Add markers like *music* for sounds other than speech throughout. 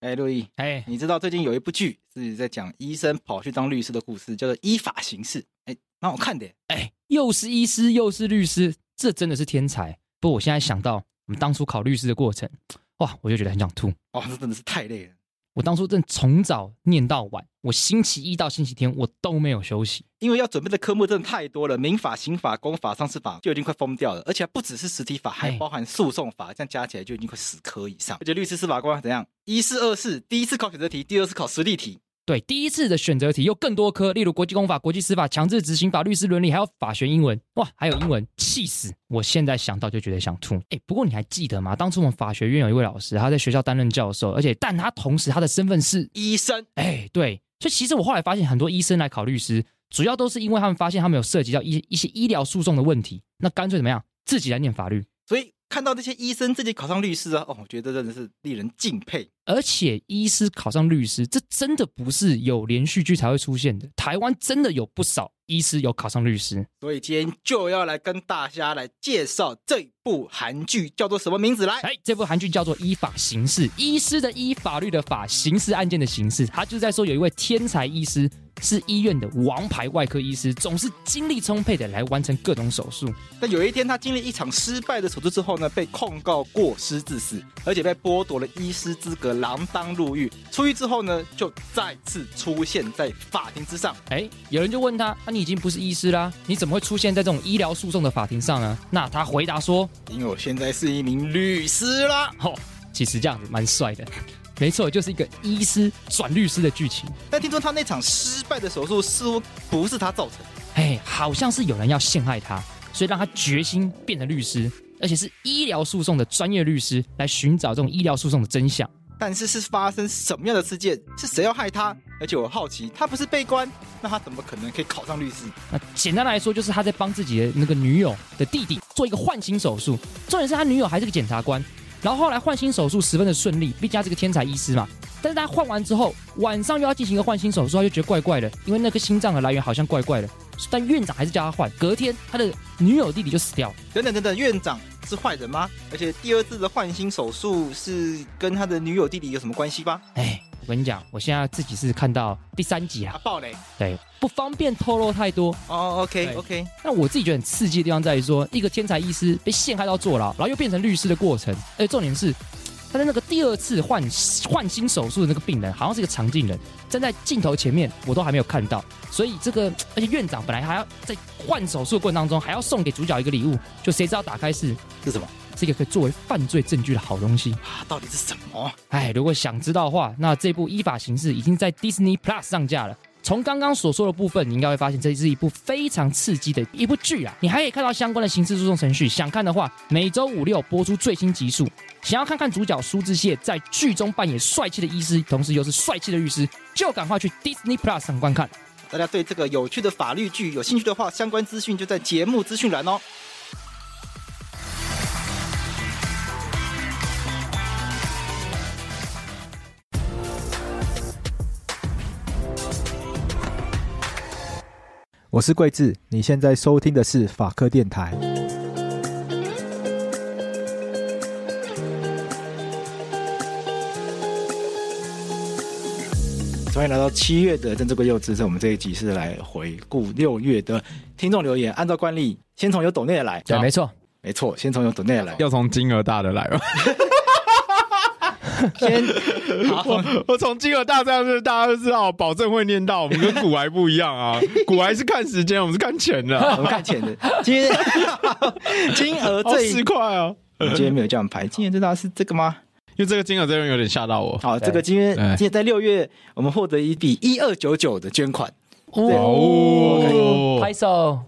哎，陆毅，哎，你知道最近有一部剧是在讲医生跑去当律师的故事，叫做《依法行事》，哎，蛮好看的耶。哎，又是医师又是律师，这真的是天才。不过我现在想到我们当初考律师的过程，哇，我就觉得很想吐。哇，哦这真的是太累了，我当初真的从早念到晚，我星期一到星期天我都没有休息。因为要准备的科目真的太多了，民法、刑法、公法、商事法就已经快疯掉了，而且还不只是实体法，还哎包含诉讼法，这样加起来就已经快十科以上。而且律师、司法官怎样？一试、二试，第一次考选择题，第二次考实例题，对，第一次的选择题又更多科，例如国际公法、国际司法、强制执行法、律师伦理，还有法学英文。哇，还有英文，气死！我现在想到就觉得想吐。哎，不过你还记得吗？当初我们法学院有一位老师，他在学校担任教授，而且但他同时他的身份是医生。哎，对，所以其实我后来发现，很多医生来考律师，主要都是因为他们发现他们有涉及到一一些医疗诉讼的问题，那干脆怎么样，自己来念法律。所以看到这些医生自己考上律师啊，哦，我觉得真的是令人敬佩。而且医师考上律师，这真的不是有连续剧才会出现的。台湾真的有不少医师有考上律师。所以今天就要来跟大家来介绍这部韩剧，叫做什么名字来？哎，这部韩剧叫做《依法行事》，医师的医，法律的法，刑事案件的刑事。他就是在说有一位天才医师，是医院的王牌外科医师，总是精力充沛的来完成各种手术。但有一天，他经历一场失败的手术之后呢，被控告过失致死，而且被剥夺了医师资格，锒铛入狱。出狱之后呢，就再次出现在法庭之上。哎，有人就问他：“那、你已经不是医师啦，你怎么会出现在这种医疗诉讼的法庭上呢？”那他回答说因为我现在是一名律师啦。：“哦，其实这样子蛮帅的，没错，就是一个医师转律师的剧情。但听说他那场失败的手术似乎不是他造成的，哎，好像是有人要陷害他，所以让他决心变成律师，而且是医疗诉讼的专业律师，来寻找这种医疗诉讼的真相。但是是发生什么样的事件，是谁要害他？而且我好奇，他不是被关，那他怎么可能可以考上律师？那简单来说，就是他在帮自己的那个女友的弟弟做一个换心手术。重点是他女友还是个检察官，然后后来换心手术十分的顺利，毕竟他是个天才医师嘛。但是他换完之后，晚上又要进行一个换心手术，他就觉得怪怪的，因为那颗心脏的来源好像怪怪的。但院长还是叫他换，隔天他的女友弟弟就死掉了。等等等等，院长是坏人吗？而且第二次的换心手术是跟他的女友弟弟有什么关系吗？哎，我跟你讲，我现在自己是看到第三集哎啊啊，，暴雷对，不方便透露太多。哦，OK 哎对 OK，那我自己觉得很刺激的地方在于说，一个天才医师被陷害到坐牢，然后又变成律师的过程。而重点是，他在那个第二次换换心手术的那个病人，好像是个常进人，站在镜头前面，我都还没有看到。所以这个，而且院长本来还要在换手术的过程当中，还要送给主角一个礼物，就谁知道打开是是什么？是一个可以作为犯罪证据的好东西。啊，到底是什么？哎，如果想知道的话，那这部《依法行事》已经在 Disney Plus 上架了。从刚刚所说的部分，你应该会发现这是一部非常刺激的一部剧啊！你还可以看到相关的刑事诉讼程序。想看的话，每周五六播出最新集数。想要看看主角苏志燮在剧中扮演帅气的医师，同时又是帅气的律师，就赶快去 Disney Plus 上观看。大家对这个有趣的法律剧有兴趣的话，相关资讯就在节目资讯栏哦。我是桂智，你现在收听的是法科电台。欢迎来到七月的政治归幼稚，是我们这一集是来回顾六月的听众留言。按照惯例，先从有抖内的来，对，没错，没错，先从有抖内的来，要从金额大的来吧。先我我从金额大这样子，大家都知道，保证会念到。我们跟古癌不一样啊，古癌是看时间，我们是看钱的哦啊，我们看钱 *laughs* 的，今天呃金额好最，十块哦。我今天没有这样排，今天最大是这个吗？因为这个金额真的有点吓到我。好，这个今天对今天在六月，我们获得一笔一二九九的捐款，哦拍手，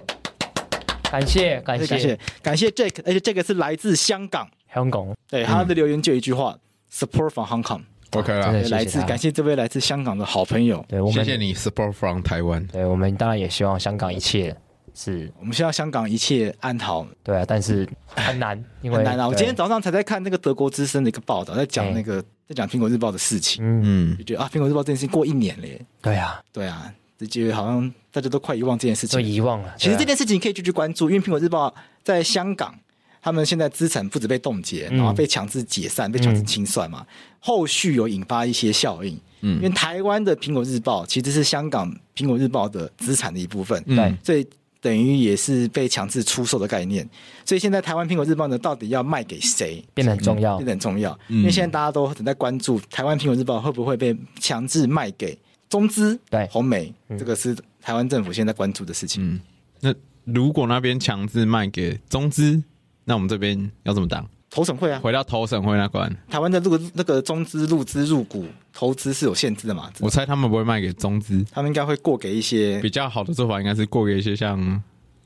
感哎谢感感谢感谢 Jack，而且这个是来自香港，香港，对他的留言就一句话，support from Hong Kong， OK 真啦的，来自感谢这位来自香港的好朋友，对我谢谢你 support from 台湾。对我们当然也希望香港一切是我们希望香港一切安好，对啊，但是嗯很 *laughs* 难，因为很难啊！我对今天早上才在看那个德国之声的一个报道，在讲那个在讲苹果日报的事情，嗯，嗯，就觉得啊，苹果日报这件事情过一年了耶，对啊，对啊，这就好像大家都快遗忘这件事就情了。遗忘了。其实这对啊件事情可以继续关注，因为苹果日报在香港他们现在资产不止被冻结，嗯然后被强制解散、被强制清算嘛，后续有引发一些效应。嗯因为台湾的《苹果日报》其实是香港《苹果日报》的资产的一部分，嗯对所以等于也是被强制出售的概念。所以现在台湾《苹果日报》呢，到底要卖给谁？变得很重要这。点很重要，嗯因为现在大家都很在关注台湾《苹果日报》会不会被强制卖给中资、对红媒，这个是台湾政府现在关注的事情。嗯，那如果那边强制卖给中资，那我们这边要怎么挡？投审会啊，回到投审会那关，台湾的入那个中资入资入股投资是有限制的嘛，我猜他们不会卖给中资。他们应该会过给一些比较好的做法应该是过给一些像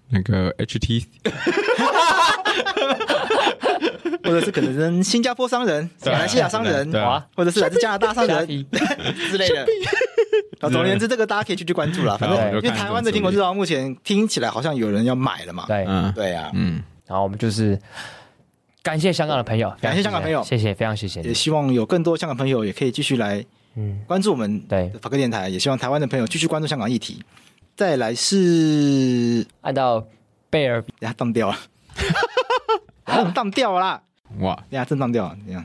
那个 HT，或者是可能是新加坡商人、对啊马来西亚商人对啊，或者是来自加拿大商虾人皮之类的。啊，总而言之，这个大家可以去去关注啦。反正好因为台湾的苹果日报目前听起来好像有人要买了嘛。对，嗯对啊，嗯，然后我们就是感谢香港的朋友，感谢香港朋友谢谢，非常谢谢也你。希望有更多香港朋友也可以继续来嗯，关注我们对的法克电台，也希望台湾的朋友继续关注香港议题。再来是，按照贝 *laughs* 尔等下当掉了，等下当掉了啦，哇，等下 *laughs* 真当掉了，这样，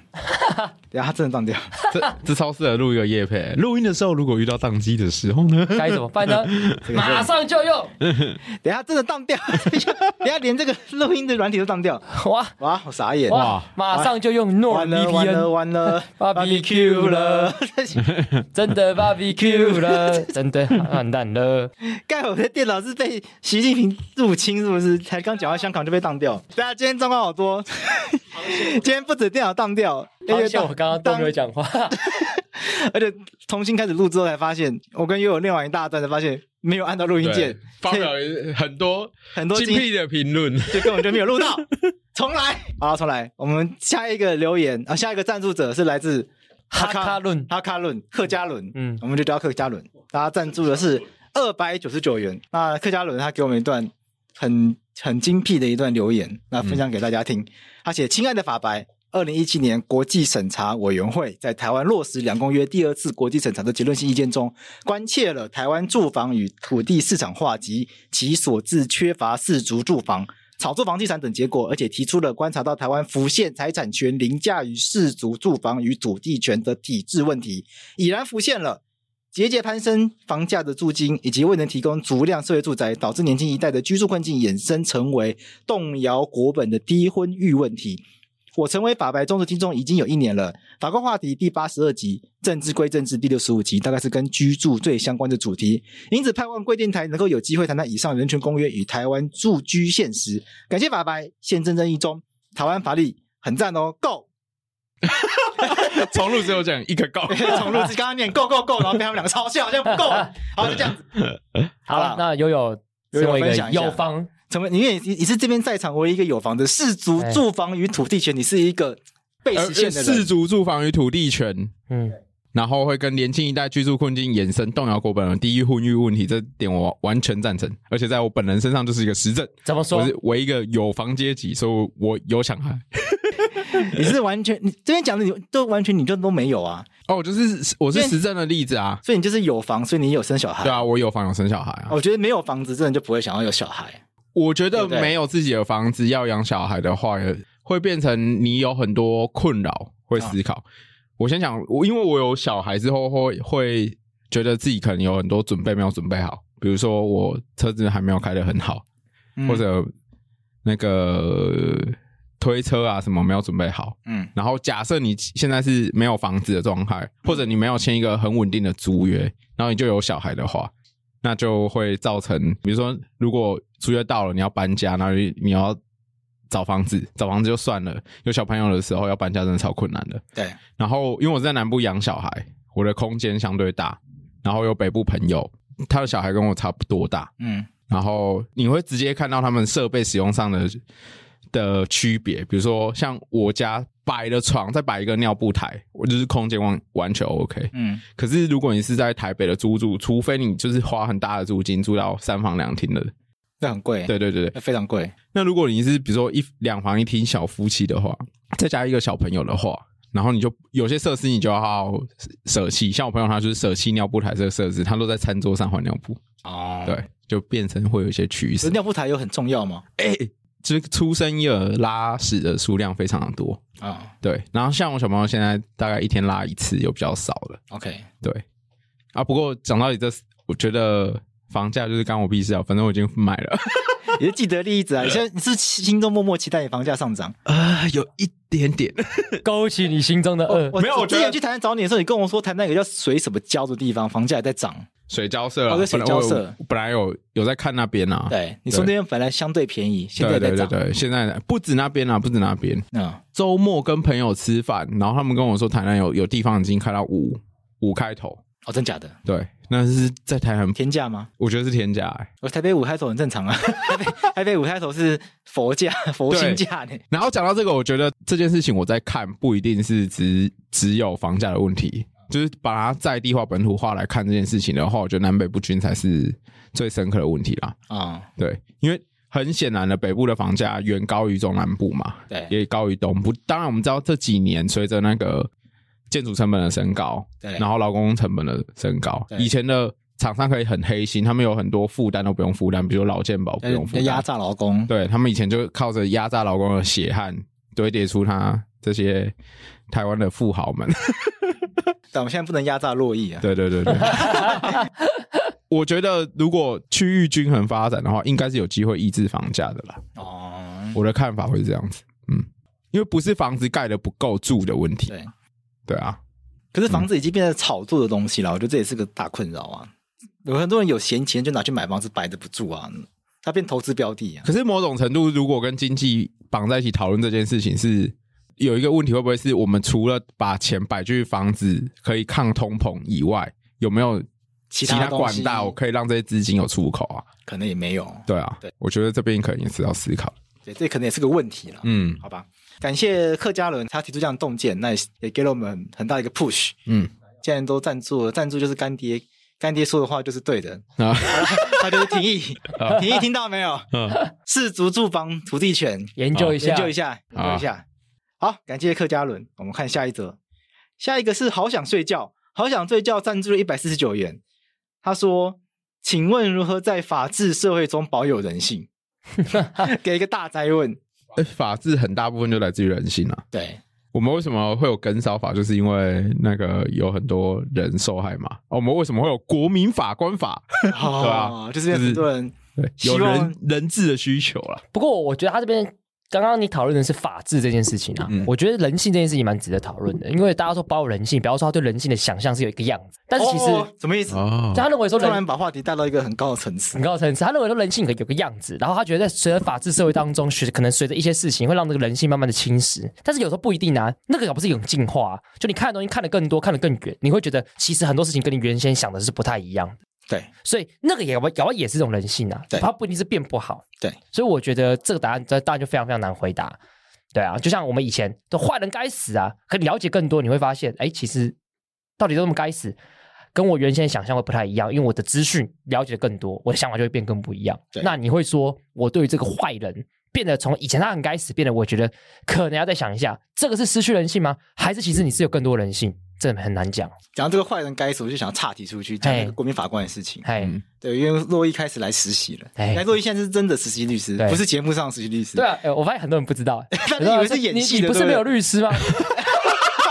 等下他真的当掉了。这这超适合录一个夜配。录音的时候如果遇到宕机的时候 *laughs* 呢？该怎么办呢？这个就马上就用！等一下真的当掉， *laughs* 等一下等一下连这个录音的软体都当掉，哇哇，好傻眼，哇哇，马上就用完了完了 NordVPN，完了 Barbecue *laughs* 了，真的 barbecue 了，真的啊完蛋了。盖我的电脑是被习近平入侵是不是？才刚讲到香港就被当掉，大家今天状况好多，今天不止电脑当掉，而且我刚刚都没有当讲话，而且重新开始录之后才发现，我跟悠悠练完一大段才发现没有按到录音键对，发表很多很多精精辟的评 *laughs* 论，就根本就没有录到，重来，好，重来。我们下一个留言啊，下一个赞助者是来自哈卡论哈卡伦客家伦，嗯嗯，我们就叫客家伦。他赞助的是二百九十九元。那客家伦他给我们一段很很精辟的一段留言，那分享给大家听。他写：“亲爱的法白。”二零一七年国际审查委员会在台湾落实《两公约》第二次国际审查的结论性意见中，关切了台湾住房与土地市场化及其所致缺乏适足住房、炒作房地产等结果，而且提出了观察到台湾浮现财产权凌驾于世族住房与土地权的体制问题，已然浮现了。节节攀升房价的租金，以及未能提供足量社会住宅，导致年轻一代的居住困境衍生成为动摇国本的低婚育问题。我成为法白忠实听众已经有一年了。法官话题第八十二集，政治归政治第六十五集，大概是跟居住最相关的主题。因此盼望贵电台能够有机会谈谈以上人权公约与台湾住居现实。感谢法白宪政正义中，台湾法律很赞哦，Go！ *laughs* 重录只有讲一个告。重录是刚刚念 Go Go Go，然后被他们两个嘲笑，好像不够。啊好，就这样子。好了，那悠悠悠悠作为一分个享一下右方，成为你也你你是这边在场唯一一个有房的氏族哎住房与土地权，你是一个被而实现的氏人。呃族住房与土地权，嗯，然后会跟年轻一代居住困境衍生动摇国本的第一婚育问题，这点我完全赞成。而且在我本人身上就是一个实证，怎么说我？是我一个有房阶级，所以我有小孩。你是完全你这边讲的你都完全你就都没有啊，哦，就是我是实证的例子啊，所以你就是有房，所以你有生小孩。对啊，我有房有生小孩啊。我觉得没有房子真的就不会想要有小孩。我觉对得不对没有自己的房子要养小孩的话，会变成你有很多困扰，会思考。啊我先讲，我因为我有小孩之后会会觉得自己可能有很多准备没有准备好，比如说我车子还没有开得很好，嗯或者那个推车啊什么没有准备好。嗯然后假设你现在是没有房子的状态，或者你没有签一个很稳定的租约，然后你就有小孩的话，那就会造成，比如说如果租约到了，你要搬家，然后你你要找房子，找房子就算了，有小朋友的时候要搬家真的超困难的。对，然后因为我在南部养小孩，我的空间相对大，然后有北部朋友，他的小孩跟我差不多大，嗯然后你会直接看到他们设备使用上的的区别，比如说像我家摆的床，再摆一个尿布台，我就是空间完完全 OK。嗯可是如果你是在台北的租住，除非你就是花很大的租金租到三房两厅的，这很贵，对对对对。非常贵。那如果你是比如说一两房一厅小夫妻的话，再加一个小朋友的话，然后你就有些设施你就要舍弃，像我朋友他就是舍弃尿布台这个设施，他都在餐桌上换尿布，哦，对，就变成会有一些趋可势是。尿布台有很重要吗？哎、就是出生婴儿拉屎的数量非常的多。啊对，然后像我小朋友现在大概一天拉一次，又比较少了。 ，OK，对，啊，不过讲到底这，我觉得房价就是干我屁事啊，反正我已经买了。也是既得利益者啊！你现在你是心中默默期待你房价上涨。啊，有一点点，勾起你心中的恶。我没有我之觉前得去台南找你的时候，你跟我说台南有叫水什么礁的地方，房价也在涨。水交社啦哦对水交社本来我本来有有在看那边啊。对，你说那边本来相对便宜，现在对也在对对涨。对，现在不止那边啦、啊不止那边。嗯，周末跟朋友吃饭，然后他们跟我说，台南有有地方已经开到五五开头，哦，真假的？对，那是在台南，天价吗？我觉得是天价、欸。我台北五开头很正常啊，台北台北五开头是佛价、佛心价呢。然后讲到这个，我觉得这件事情我在看，不一定是只只有房价的问题，就是把它在地化、本土化来看这件事情的话，我觉得南北不均才是最深刻的问题啦。啊、对，因为很显然的，北部的房价远高于中南部嘛，对也高于东部。当然，我们知道这几年随着那个建筑成本的升高，对然后劳工成本的升高，对以前的厂商可以很黑心，他们有很多负担都不用负担，比如劳健保不用嗯，负要压担，榨劳工。对他们以前就靠着压榨劳工的血汗堆叠出他这些台湾的富豪们。但我们现在不能压榨洛邑啊。对对对对。我觉得，如果区域均衡发展的话，应该是有机会抑制房价的啦。哦，我的看法会是这样子，嗯，因为不是房子盖的不够住的问题，对。对啊，可是房子已经变成炒作的东西了，我觉得这也是个大困扰啊。有很多人有闲钱就拿去买房子，摆着不住啊，它变投资标的啊。可是某种程度，如果跟经济绑在一起讨论这件事情是，有一个问题，会不会是我们除了把钱摆去房子可以抗通膨以外，有没有其他他东西管道可以让这些资金有出口啊？可能也没有，对啊，对我觉得这边可能也是要思考。对，这可能也是个问题了。嗯好吧，感谢客家人他提出这样的洞见，那也也给了我们很大的一个 push。嗯，既然都赞助了，赞助就是干爹，干爹说的话就是对 *laughs* 的，啊，他就是廷义，廷义听到没有？嗯氏族住房土地权，研究一下，研究一下，研究一啊下。好，感谢客家伦。我们看下一则，下一个是好想睡觉，好想睡觉赞助了一百四十九元。他说：“请问如何在法治社会中保有人性？”给一个大灾问。哎法治很大部分就来自于人性啊。对，我们为什么会有跟骚法，就是因为那个有很多人受害嘛。哦我们为什么会有国民法官法？哦，就是因为很多人对，希有望人人质的需求啦。不过我觉得他这边刚刚你讨论的是法治这件事情啊，嗯我觉得人性这件事情蛮值得讨论的，因为大家说包容人性，比方说他对人性的想象是有一个样子，但是其实、哦什么意思？哦就他认为说突人然把话题带到一个很高的层次很。高的层次，他认为说人性可以有个样子，然后他觉得在随着法治社会当中，学可能随着一些事情会让这个人性慢慢的侵蚀，但是有时候不一定啊，那个搞不是一种进化啊、就你看的东西看得更多，看得更远，你会觉得其实很多事情跟你原先想的是不太一样的，对，所以那个也搞不搞不好也是一种人性啊，对它不一定是变不好，对，所以我觉得这个答案这当然就非常非常难回答，对啊，就像我们以前的坏人该死啊，可你了解更多，你会发现，哎，其实到底都那么该死。跟我原先想象会不太一样，因为我的资讯了解的更多，我的想法就会变更不一样对。那你会说，我对于这个坏人变得从以前他很该死，变得我觉得可能要再想一下，这个是失去人性吗？还是其实你是有更多人性？这很难讲。讲到这个坏人该死，我就想要岔题出去讲那个嘿国民法官的事情。哎、嗯对，因为洛伊开始来实习了，哎来洛伊现在是真的实习律师，对不是节目上的实习律师。对啊，哎我发现很多人不知 *laughs* 道、哎他以为是演戏你你的不是对不对没有律师吗？ *laughs*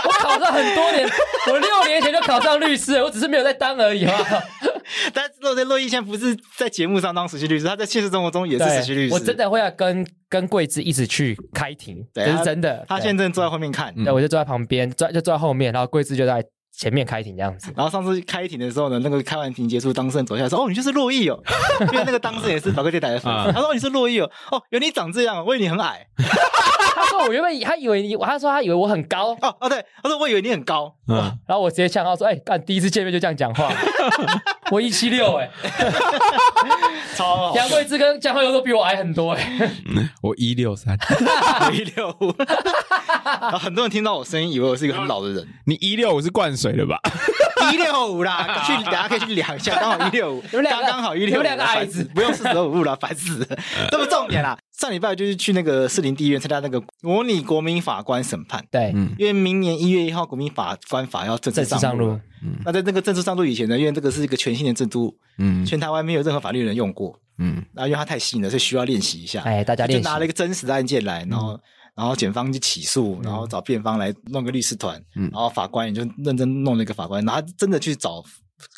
我考上很多年，我六年前就考上律师了，我只是没有在当而已啊。但是洛洛伊现在不是在节目上当实习律师，他在现实生活中也是实习律师。我真，的会要跟跟桂枝一起去开庭，对这他是真的。他对现在正坐在后面看。嗯对，我就坐在旁边，坐就坐在后面，然后桂枝就在前面开庭这样 *laughs* 子。然后上次开庭的时候呢，那个开完庭结束，当事人走下来说：“哦，你就是洛伊 *laughs* 哦。”因为那个当事人也是法克电台的粉丝，啊他说：“哦，你是洛伊哦，哦，原来你长这样，我以为你很矮。他说我原本以他以为你，他说他以为我很高，哦哦，对，他说我以为你很高。嗯，然后我直接呛他说：“哎、干第一次见面就这样讲话，我一七六哎，超好杨桂枝跟江惠都比我矮很多哎、我一六三，一六五。然后很多人听到我声音，以为我是一个很老的人， *laughs* 你一六五是灌水的吧？一六五啦， *laughs* 去大家可以去量一下，刚好一六五， *laughs* 你们两个刚刚好一你六们五，两个烦矮子死不用四舍五入了，烦 *laughs* 死了，这不重点啦。上礼拜就是去那个士林地院参加那个模拟国民法官审判，对， *laughs* 嗯因为明年一月一号国民法官法要正正式式上上路路了。那在那个正式上路以前呢，因为这个是一个全新的制度，嗯全台湾没有任何法律人用过，嗯，那因为它太细了，所以需要练习一下。哎，大家就练习嗯拿了一个真实的案件来，然后、然后检方就起诉，然后找辩方来弄个律师团，嗯然后法官也就认真弄了一个法官，然后他真的去找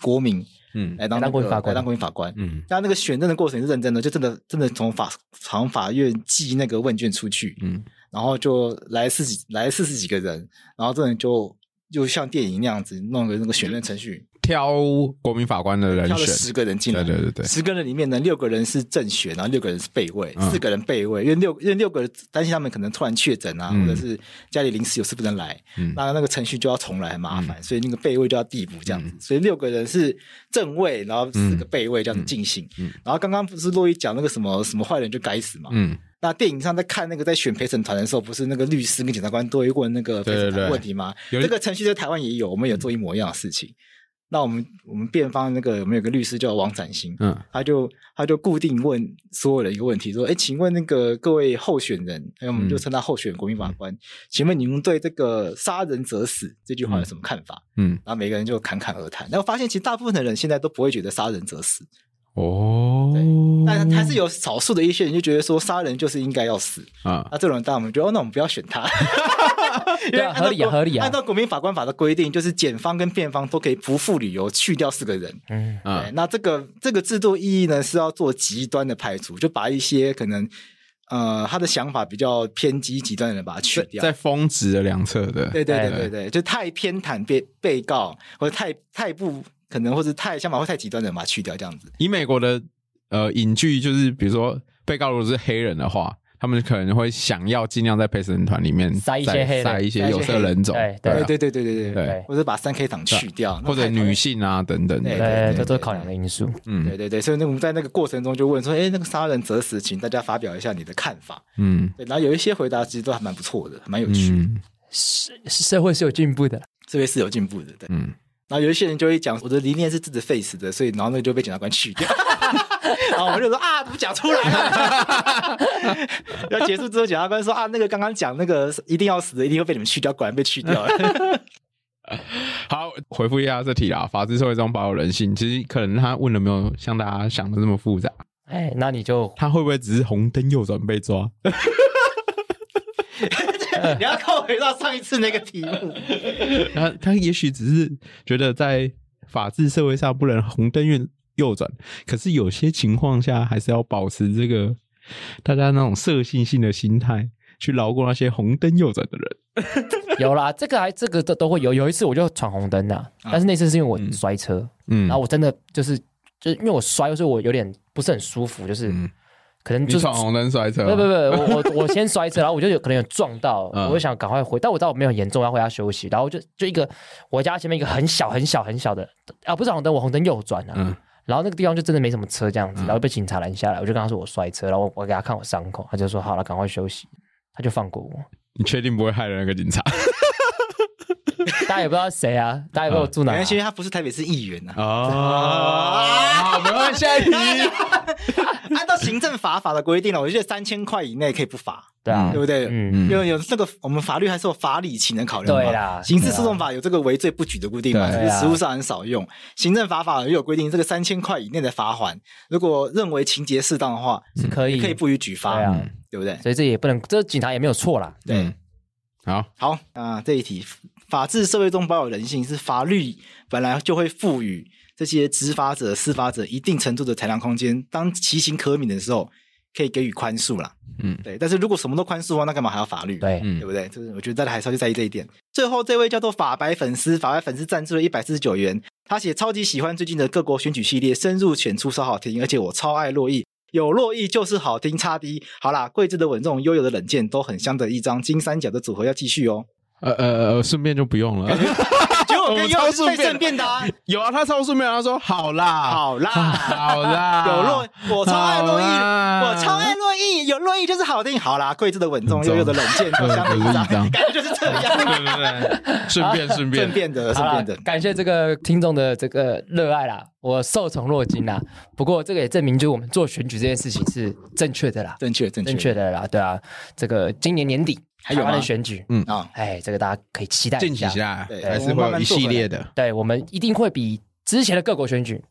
国民嗯来当、来那当个国民法官来当国民法官。嗯但那个选任的过程是认真的，就真的真的从法从法院寄那个问卷出去，嗯然后就来四十几来四十几个人，然后这人就就像电影那样子弄个那个选任程序，挑国民法官的嗯人挑了选，十个人进来，对对对对，十个人里面呢，六个人是正选，然后六个人是备位，嗯四个人备位，因为六因为六个人担心他们可能突然确诊啊，嗯或者是家里临时有事不能来，嗯那那个程序就要重来，很麻烦，所以那个备位就要递补这样子，嗯所以六个人是正位，然后四个备位这样子进行。嗯嗯然后刚刚不是洛伊讲那个什么什么坏人就该死嘛？嗯那电影上在看那个在选陪审团的时候，不是那个律师跟检察官都会问那个陪审对对团对问题吗？有这个程序在台湾也有，我们有做一模一样的事情。那我们我们辩方那个我们有个律师叫王展兴，嗯他就他就固定问所有人一个问题，说：“哎，请问那个各位候选人，还有我们嗯就称他候选国民法官，请问你们对这个‘杀人者死’这句话有什么看法嗯？”，然后每个人就侃侃而谈，然后发现其实大部分的人现在都不会觉得杀人者死，哦，但还是有少数的一些人就觉得说杀人就是应该要死。啊，那这种当然我们觉得，哦，那我们不要选 *laughs* 他，因对为啊按照合理啊国合理啊按照国民法官法的规定，就是检方跟辩方都可以不负理由去掉四个人。嗯，对，嗯那这个这个制度意义呢，是要做极端的排除，就把一些可能呃他的想法比较偏激极端的人把它去在掉。在峰值的两侧的，对对哎对对对，就太偏袒被被告，或者太太不可能，或者太想法会太极端的人把它去掉，这样子。以美国的呃影剧，就是比如说被告如果是黑人的话，他们可能会想要尽量在陪审团里面塞一些再黑人塞塞一些一些有色人种，黑人啊对对对对对对对，或者把三 K 党去掉，那或者太讨厌女性啊等等的，对对，对这都对是考量的因素。对嗯对对，所以那我们在那个过程中就问说，哎，那个杀人者死，请大家发表一下你的看法。嗯对，然后有一些回答其实都还蛮不错的，还蛮有趣的，嗯社社会是有进步的，这边是有进步的。对，嗯，然后有一些人就会讲我的理念是自己 face 的，所以然后那个就被检察官去 *laughs* 掉。然后我们就说啊，怎么讲出来了？ *laughs* 要结束之后，检察官说啊，那个刚刚讲那个一定要死的，一定会被你们去掉，果然被去掉 *laughs* 了。好，回复一下这题啦。法治社会中保有人性，其实可能他问的没有像大家想的这么复杂，哎，那你就他会不会只是红灯右转被抓？你要扣回到上一次那个 *laughs* 题目， *laughs* 他他也许只是觉得在法治社会上不能红灯右右转，可是有些情况下还是要保持这个大家那种色性性的心态，去饶过那些红灯右转的人。有啦，这个还这个都都会有。有一次我就闯红灯啦，但是那次是因为我摔车，嗯然后我真的就是就是因为我摔，所以我有点不是很舒服，就是、嗯可能你就是闯红灯摔车，不不不，我 *laughs* 我我先摔车，然后我就有可能有撞到，嗯我就想赶快回，但我知道我没有很严重，要回家休息。然后就就一个我家前面一个很小很小很小的啊，不是红灯，我红灯右转啊。嗯然后那个地方就真的没什么车这样子，嗯然后被警察拦下来，我就跟他说我摔车，然后我我给他看我伤口，他就说好了，赶快休息，他就放过我。你确定不会害了那个警察大家也不知道谁啊，大家也不知道我住没哪、啊关。系，因为啊他不是台北市议员啊。哦， *laughs* 好，没关系，下一题。按照啊行政法法的规定了，我觉得三千块以内可以不罚， *laughs* 对啊对，不对？嗯，因为有这个，我们法律还是有法理情的考量嘛。啊对啦刑事诉讼法有这个为罪不举的规定嘛，对只是对啊实务上很少用。行政法法也有规定，这个三千块以内的罚款，如果认为情节适当的话，是啊可以，也可以不予举发，对啊对不对？所以这也不能，这警察也没有错啦。对嗯，好，好，那这一题，法治社会中保有人性是法律本来就会赋予这些执法者、司法者一定程度的裁量空间，当其行可悯的时候，可以给予宽恕啦。嗯对。但是如果什么都宽恕的话，那干嘛还要法律？对，嗯对不对？就是我觉得大家还是要去在意这一点。最后这位叫做法白粉丝，法白粉丝赞助了一百四十九元，他写超级喜欢最近的各国选举系列，深入浅出，超好听，而且我超爱洛邑。有洛邑就是好听，差低。好啦，桂枝的稳重，悠悠的冷箭，都很香的一张金三角的组合要继续 *laughs* 哦。呃呃呃，顺便就不用了。结果我我跟们悠超悠是最顺便啊顺便的、啊。 *laughs* 有啊，他超顺便，他说好啦，好啦，好 *laughs* 啦，有洛，我超爱洛邑，好啦我超爱洛邑，有洛邑就是好听。好啦，桂枝的稳重，稳重悠悠的冷箭，都香的一对都是一张张， *laughs* 感觉就是这 *laughs* 样，对对对，顺 *laughs* 便顺顺便，便的，顺好啦便的，。感谢这个听众的这个热爱啦，我受宠若惊啦。不过这个也证明，就是我们做选举这件事情是正确的啦，正确，正确，正确的啦，对啊。这个今年年底还有吗台湾的选举，嗯啊！哎，这个大家可以期待近一期下。下来对还是会有一系列的，对，我们一定会比之前的各国选举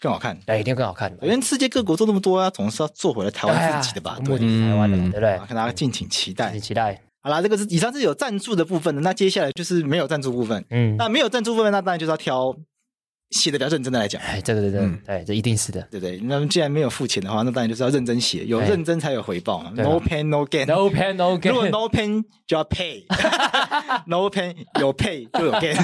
更好看。哎，一定更好看的因。为世界各国做那么多啊，总是要做回来台哎呀湾自己的吧？目对，的是台湾的嘛，嗯对不对啊？看大家敬请期很待。期待，好啦，这个是以上是有赞助的部分的，那接下来就是没有赞助部分。嗯，那没有赞助部分，那当然就是要挑写的比较认真的来讲，哎，这个对对嗯对，这一定是的。对不对？那既然没有付钱的话，那当然就是要认真写，有哎认真才有回报嘛。对啊 No pain no gain。 No pain, no gain。如果 no pain 就要 *laughs* pay，no pain 有 pay 就有 gain。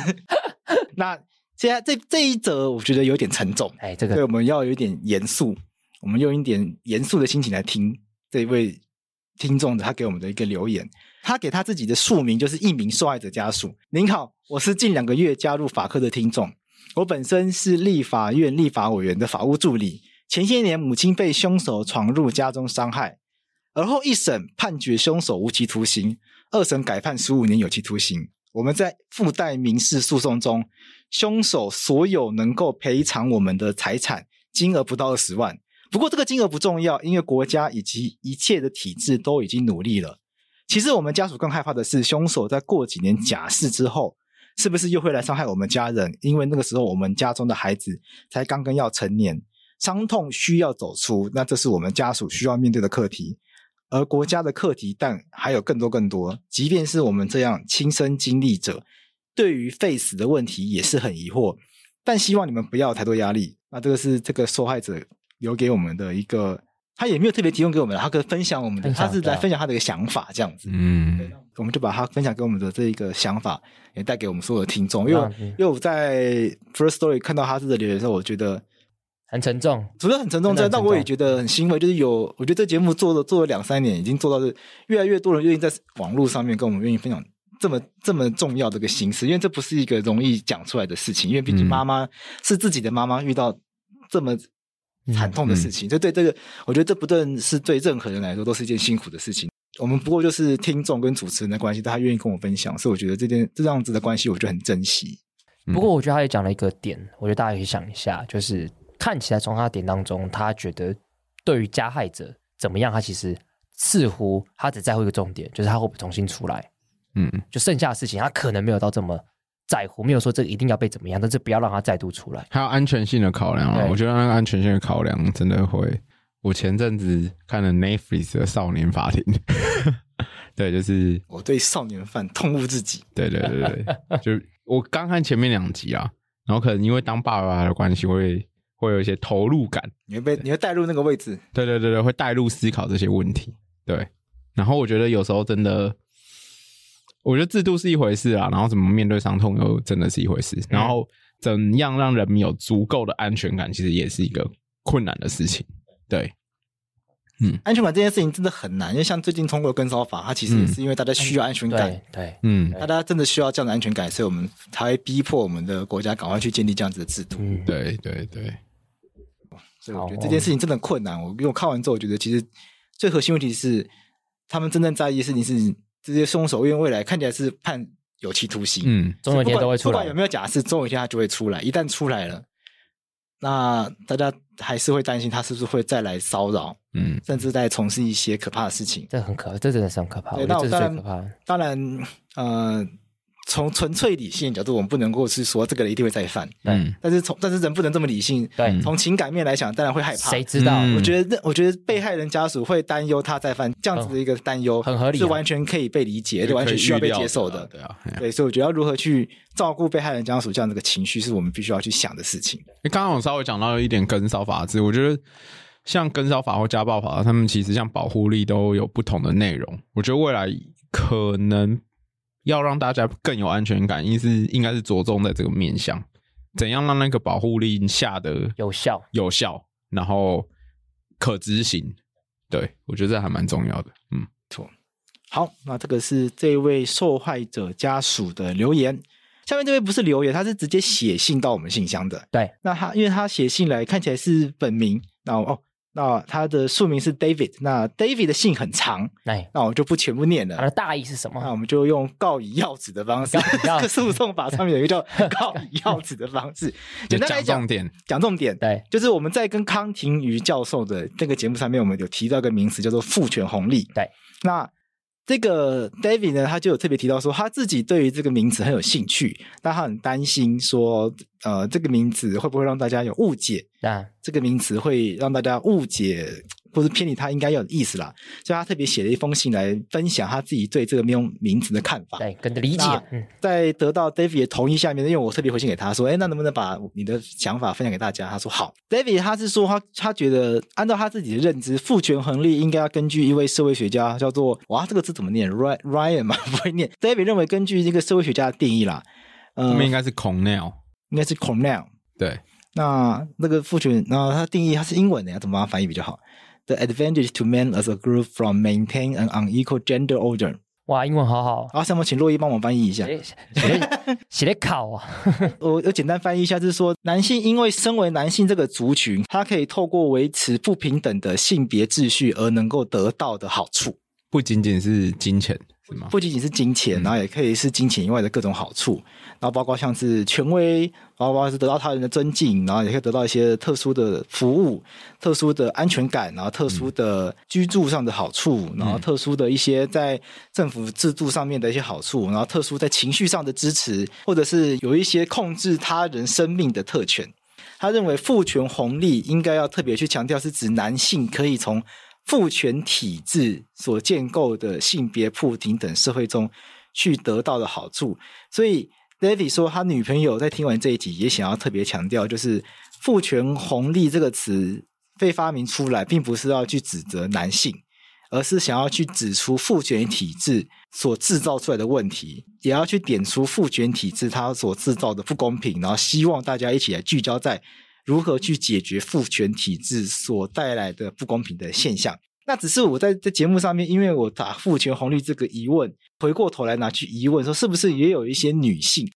那现在这这一则我觉得有点沉重，哎，这对，个我们要有一点严肃，我们用一点严肃的心情来听这一位听众的他给我们的一个留言。他给他自己的署名就是一名受害者家属。您好，我是近两个月加入法科的听众，我本身是立法院立法委员的法务助理。前些年母亲被凶手闯入家中伤害，而后一审判决凶手无期徒刑，二审改判十五年有期徒刑。我们在附带民事诉讼中，凶手所有能够赔偿我们的财产金额不到二十万，不过这个金额不重要，因为国家以及一切的体制都已经努力了。其实我们家属更害怕的是，凶手在过几年假释之后，是不是又会来伤害我们家人？因为那个时候我们家中的孩子才刚刚要成年，伤痛需要走出，那这是我们家属需要面对的课题。而国家的课题，但还有更多更多。即便是我们这样亲身经历者，对于 face 的问题也是很疑惑，但希望你们不要有太多压力。那这个是这个受害者留给我们的一个，他也没有特别提供给我们的，他可以分享我们的，分享他是对来啊分享他的一个想法这样子。嗯，我们就把他分享给我们的这一个想法，也带给我们所有的听众。因为我、嗯嗯因为我在 First Story 看到他这个留言的时候，我觉得很沉重。除了很沉重之真外，的很沉但重我也觉得很欣慰，就是有我觉得这节目做了做了两三年，已经做到是越来越多人愿意在网络上面跟我们愿意分享这么这么重要的一个形式，因为这不是一个容易讲出来的事情，因为毕竟嗯妈妈、是自己的妈妈遇到这么。惨痛的事情，这对这个，我觉得这不论是对任何人来说，都是一件辛苦的事情。我们不过就是听众跟主持人的关系，但他愿意跟我分享，所以我觉得这件这样子的关系，我觉得很珍惜。嗯不过我觉得他也讲了一个点，我觉得大家可以想一下，就是看起来从他的点当中，他觉得对于加害者怎么样，他其实似乎他只在乎一个重点，就是他会不会重新出来，嗯，就剩下的事情他可能没有到这么在乎，没有说这个一定要被怎么样，但是不要让他再度出来。还有安全性的考量啊，对我觉得那个安全性的考量真的会。我前阵子看了 Netflix 的《少年法庭》， *laughs* 对，就是我对少年犯痛恶至极，对对对对对，就我刚看前面两集啊，然后可能因为当爸爸的关系会会有一些投入感，你会被你会带入那个位置，对对对对，会带入思考这些问题。对，然后我觉得有时候真的，我觉得制度是一回事啊，然后怎么面对伤痛又真的是一回嗯事，然后怎样让人民有足够的安全感，其实也是一个困难的事情。对，安全感这件事情真的很难，因为像最近通过跟骚法，它其实也是因为大家需要安全感，嗯对对，嗯，大家真的需要这样的安全感，所以我们才会逼迫我们的国家赶快去建立这样子的制度。嗯，对对对，所以我觉好得哦这件事情真的很困难。我因为我看完之后，我觉得其实最核心问题是，他们真正在意的事情是这些凶手，因为未来看起来是判有期徒刑，嗯总有一不天管都会出不来管有。没有假释，总有一天他就会出来。一旦出来了，那大家还是会担心他是不是会再来骚扰，嗯，甚至再从事一些可怕的事情。这很可，这真的是很可怕，我对觉得这是最那我当然可怕的。当然，呃，从纯粹理性的角度，我们不能够是说这个人一定会再犯，嗯但是从但是人不能这么理性。对，从情感面来想，当然会害怕。谁知道？嗯我觉得，我觉得被害人家属会担忧他再犯这样子的一个担忧，很很合理啊是完全可以被理解，就完全需要被接受的。对啊。嘿啊对，所以我觉得要如何去照顾被害人家属这样的一个情绪，是我们必须要去想的事情。诶刚刚我稍微讲到一点跟骚法制，我觉得像跟骚法或家暴法，他们其实像保护力都有不同的内容。我觉得未来可能要让大家更有安全感，应是应该是着重在这个面向，怎样让那个保护力下的有效，有效，然后可执行。对我觉得这还蛮重要的。嗯，好，那这个是这位受害者家属的留言。下面这位不是留言，他是直接写信到我们信箱的。对，那他因为他写信来看起来是本名，那我哦，那他的署名是 David，那 David 的信很长，哎，那我就不全部念了它。的大意是什那么？我们就用告以要旨的方式嗯告以要，旨 *laughs* 诉讼法上面有一个叫告以要旨的 *laughs* 方式。简单来讲讲重，点，讲重点，对，就是我们在跟康廷瑜教授的那个节目上面，我们有提到一个名词叫做父权红利。对，那这个 David 呢，他就有特别提到说，他自己对于这个名词很有兴趣，但他很担心说，呃，这个名词会不会让大家有误解？啊，这个名词会让大家误解或是偏离他应该有的意思啦。所以他特别写了一封信来分享他自己对这个名名词的看法。对，跟着理解那，嗯，在得到 David 的同意下面，因为我特别回信给他说，哎，那能不能把你的想法分享给大家？他说好。David 他是说他他觉得按照他自己的认知，父权衡力应该要根据一位社会学家叫做哇，这个字怎么念？Ryan Ryan 嘛， *laughs* 不会念。David 认为根据这个社会学家的定义啦，呃后，面应该是 Cornell，应该是 Cornell。对，那那个父权，那它定义它是英文的，要怎么把它翻译比较好？The advantage to men as a group from maintain an unequal gender order。哇，英文好哦好，好，下面请洛伊帮我翻译一下。写写写的考啊，我我简单翻译一下，就是说，男性因为身为男性这个族群，他可以透过维持不平等的性别秩序而能够得到的好处，不仅仅是金钱是吗？不仅仅是金钱，然后也可以是金钱以外的各种好处，然后包括像是权威，然后包括是得到他人的尊敬，然后也可以得到一些特殊的服务、特殊的安全感，然后特殊的居住上的好处，然后特殊的一些在政府制度上面的一些好处，然后特殊在情绪上的支持，或者是有一些控制他人生命的特权。他认为父权红利应该要特别去强调，是指男性可以从父权体制所建构的性别不平等社会中去得到的好处。所以 David 说，他女朋友在听完这一集也想要特别强调，就是“父权红利”这个词被发明出来，并不是要去指责男性，而是想要去指出父权体制所制造出来的问题，也要去点出父权体制它所制造的不公平，然后希望大家一起来聚焦在如何去解决父权体制所带来的不公平的现象。那只是我在在节目上面，因为我打父权红利这个疑问，回过头来拿去疑问说，是不是也有一些女性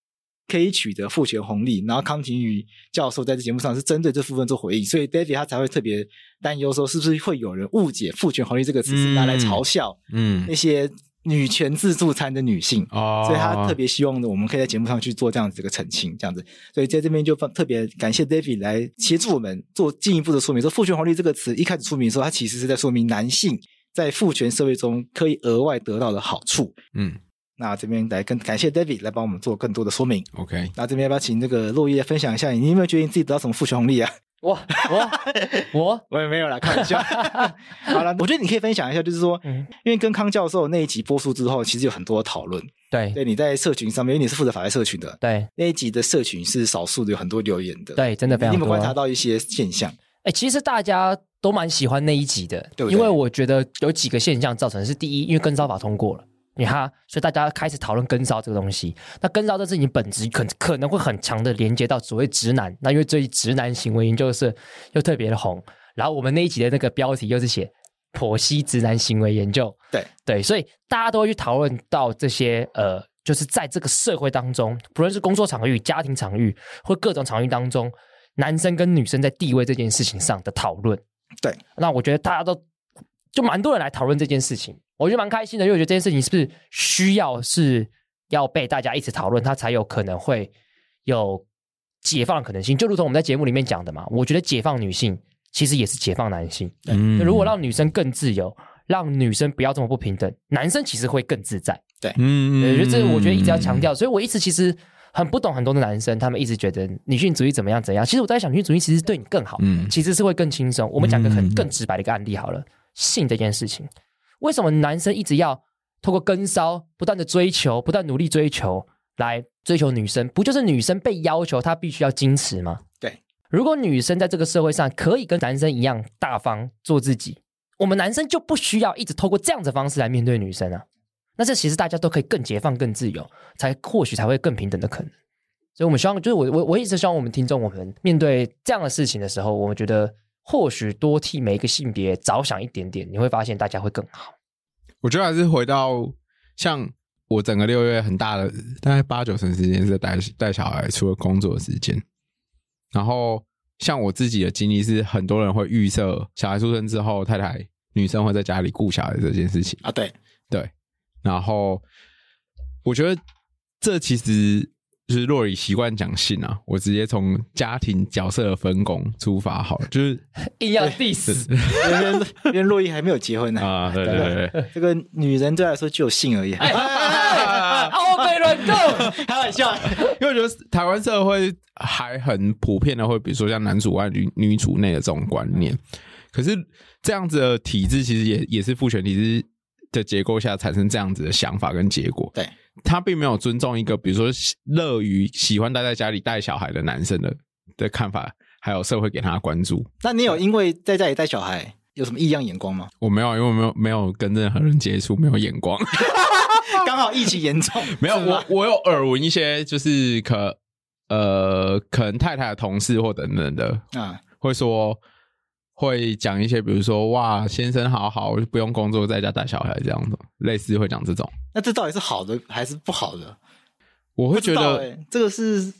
可以取得父权红利？然后康廷宇教授在这节目上是针对这部分做回应，所以 David 他才会特别担忧说，是不是会有人误解父权红利这个词是拿来嘲笑嗯那些女权自助餐的女性？哦，所以他特别希望呢，我们可以在节目上去做这样子一个澄清，这样子。所以在这边就特别感谢 David 来协助我们做进一步的说明。说“父权红利”这个词一开始出名的时候，它其实是在说明男性在父权社会中可以额外得到的好处。嗯那这边来跟感谢 David 来帮我们做更多的说明。 ，OK，那这边要不要请这个落叶分享一下，你有没有觉得你自己得到什么父权红利啊？ *laughs* 我我 *laughs* 我，我也没有啦，开玩笑。 *laughs* 好了，我觉得你可以分享一下，就是说，嗯，因为跟康教授那一集播出之后，其实有很多的讨论。对对，你在社群上面，因为你是负责法律社群的，对那一集的社群是少数的有很多留言的，，对，真的非你常啊有没有观察多。到一些现象？哎，其实大家都蛮喜欢那一集的，对不因对为我觉得有几个现象造成是第一，因为跟骚法通过了。你哈，所以大家开始讨论跟骚这个东西。那跟骚这事情本质可可能会很强的连接到所谓直男。那因为最近直男行为研究社又特别的红，然后我们那一集的那个标题又是写“剖析直男行为研究”，对对，所以大家都会去讨论到这些呃，就是在这个社会当中，不论是工作场域、家庭场域或各种场域当中，男生跟女生在地位这件事情上的讨论。对，那我觉得大家都就蛮多人来讨论这件事情，我觉得蛮开心的，因为我觉得这件事情是不是需要是要被大家一直讨论，它才有可能会有解放的可能性。就如同我们在节目里面讲的嘛，我觉得解放女性其实也是解放男性。嗯就如果让女生更自由，让女生不要这么不平等，男生其实会更自在。嗯，对，就这我觉得一直要强调，所以我一直其实很不懂很多的男生，他们一直觉得女性主义怎么样怎样。其实我在想，女性主义其实对你更好，嗯其实是会更轻松。我们讲个很嗯更直白的一个案例好了，性这件事情，为什么男生一直要透过跟骚不断的追求，不断努力追求来追求女生？不就是女生被要求她必须要矜持吗？对，如果女生在这个社会上可以跟男生一样大方做自己，我们男生就不需要一直透过这样子的方式来面对女生啊。那这其实大家都可以更解放、更自由，才或许才会更平等的可能。所以，我们希望，就是我我我一直希望我们听众，我们面对这样的事情的时候，我们觉得或许多替每一个性别着想一点点，你会发现大家会更好。我觉得还是回到像我整个六月很大的，大概八九成时间是在带带小孩，除了工作的时间。然后像我自己的经历是，很多人会预设小孩出生之后，太太女生会在家里顾小孩这件事情。啊，对，然后我觉得这其实就是若以习惯讲性啊，我直接从家庭角色的分工出发好了，就是硬要 diss，因为因为洛伊还没有结婚呢、啊、对对对对，这个女人对他来说只有性而已。啊哎哎哦，被人够，开玩笑，因为我觉得台湾社会还很普遍的会，比如说像男主外女女主内的这种观念，可是这样子的体制其实也也是父权体制的结构下产生这样子的想法跟结果。对，他并没有尊重一个比如说喜乐于喜欢待在家里带小孩的男生的的看法，还有社会给他的关注。那你有因为在家里带小孩有什么异样眼光吗？我没有，因为我没有没有跟任何人接触，没有眼光，刚好疫情严重， *laughs* 没有是吗我我有耳闻一些就是可呃可能太太的同事或等等的啊，会说会讲一些，比如说哇，先生好好，我就不用工作，在家带小孩这样子，类似会讲这种。那这到底是好的还是不好的？我我会觉得、欸这个是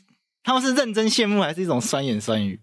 他们是认真羡慕，还是一种酸言酸语？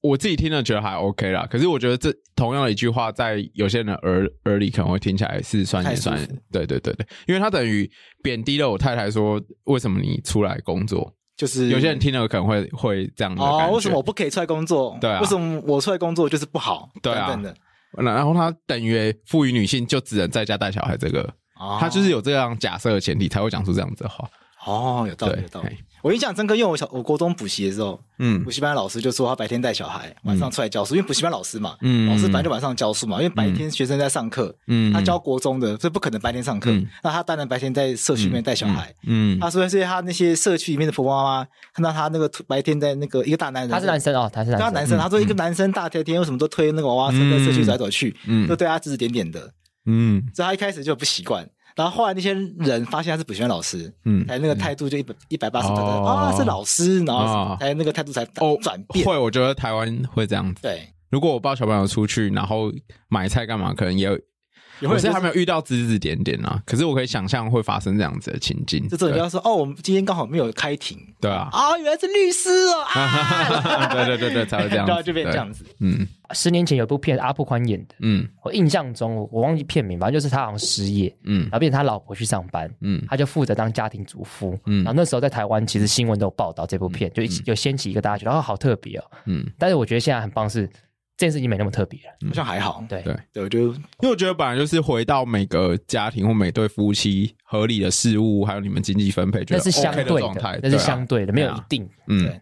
我自己听了觉得还 OK 啦，可是我觉得这同样的一句话，在有些人的耳耳里可能会听起来是酸言酸太舒语。对对对对，因为他等于贬低了我太太说，为什么你出来工作？就是有些人听了可能会会这样的感哦觉。，为什么我不可以出来工作？对啊为什么我出来工作就是不好？对啊等等的。那然后他等于赋予女性就只能在家带小孩，这个哦他就是有这样假设的前提才会讲出这样子的话。哦，有道理，对有道理嘿。我印象深刻，因为我小我国中补习的时候，嗯补习班老师就说他白天带小孩，晚上出来教书，因为补习班老师嘛，嗯老师本来就晚上教书嘛，因为白天学生在上课，嗯，他教国中的，所以不可能白天上课嗯，那他当然白天在社区里面带小孩。嗯，他说，所以他那些社区里面的婆婆妈妈看到他那个白天在那个一个大男 *laughs* 人，他是男生哦，他是对他男男生，生，他说一个男生大天天为什么都推那个娃娃车在社区走来走去，嗯嗯就对他指指点点的，嗯所以他一开始就不习惯。然后后来那些人发现他是补习班老师，嗯才那个态度就一百一百八十度的哦啊，是老师，然后哦才那个态度才哦转变。会，我觉得台湾会这样子。对，如果我抱小朋友出去，然后买菜干嘛，可能也有。也会有我就是是还没有遇到指指点点啊，可是我可以想象会发生这样子的情境。就这种对人家说哦，我们今天刚好没有开庭对啊，啊，原来是律师哦啊，对对对对，才会这 *laughs* 然样子，啊后就变这样子。子。嗯十年前有一部片阿布宽演的，嗯我印象中我我忘记片名，反正就是他好像失业，嗯然后变成他老婆去上班，嗯他就负责当家庭主妇。嗯然后那时候在台湾其实新闻都有报道这部片，就一起有掀起一个大家觉得哦好特别哦，嗯，但是我觉得现在很棒是这件事情没那么特别了，好像还好，对对对，我就因为我觉得本来就是回到每个家庭或每对夫妻合理的事物，还有你们经济分配，觉那得是相 OK 的对状态的，，那是对啊相对的，没有对一啊定。嗯对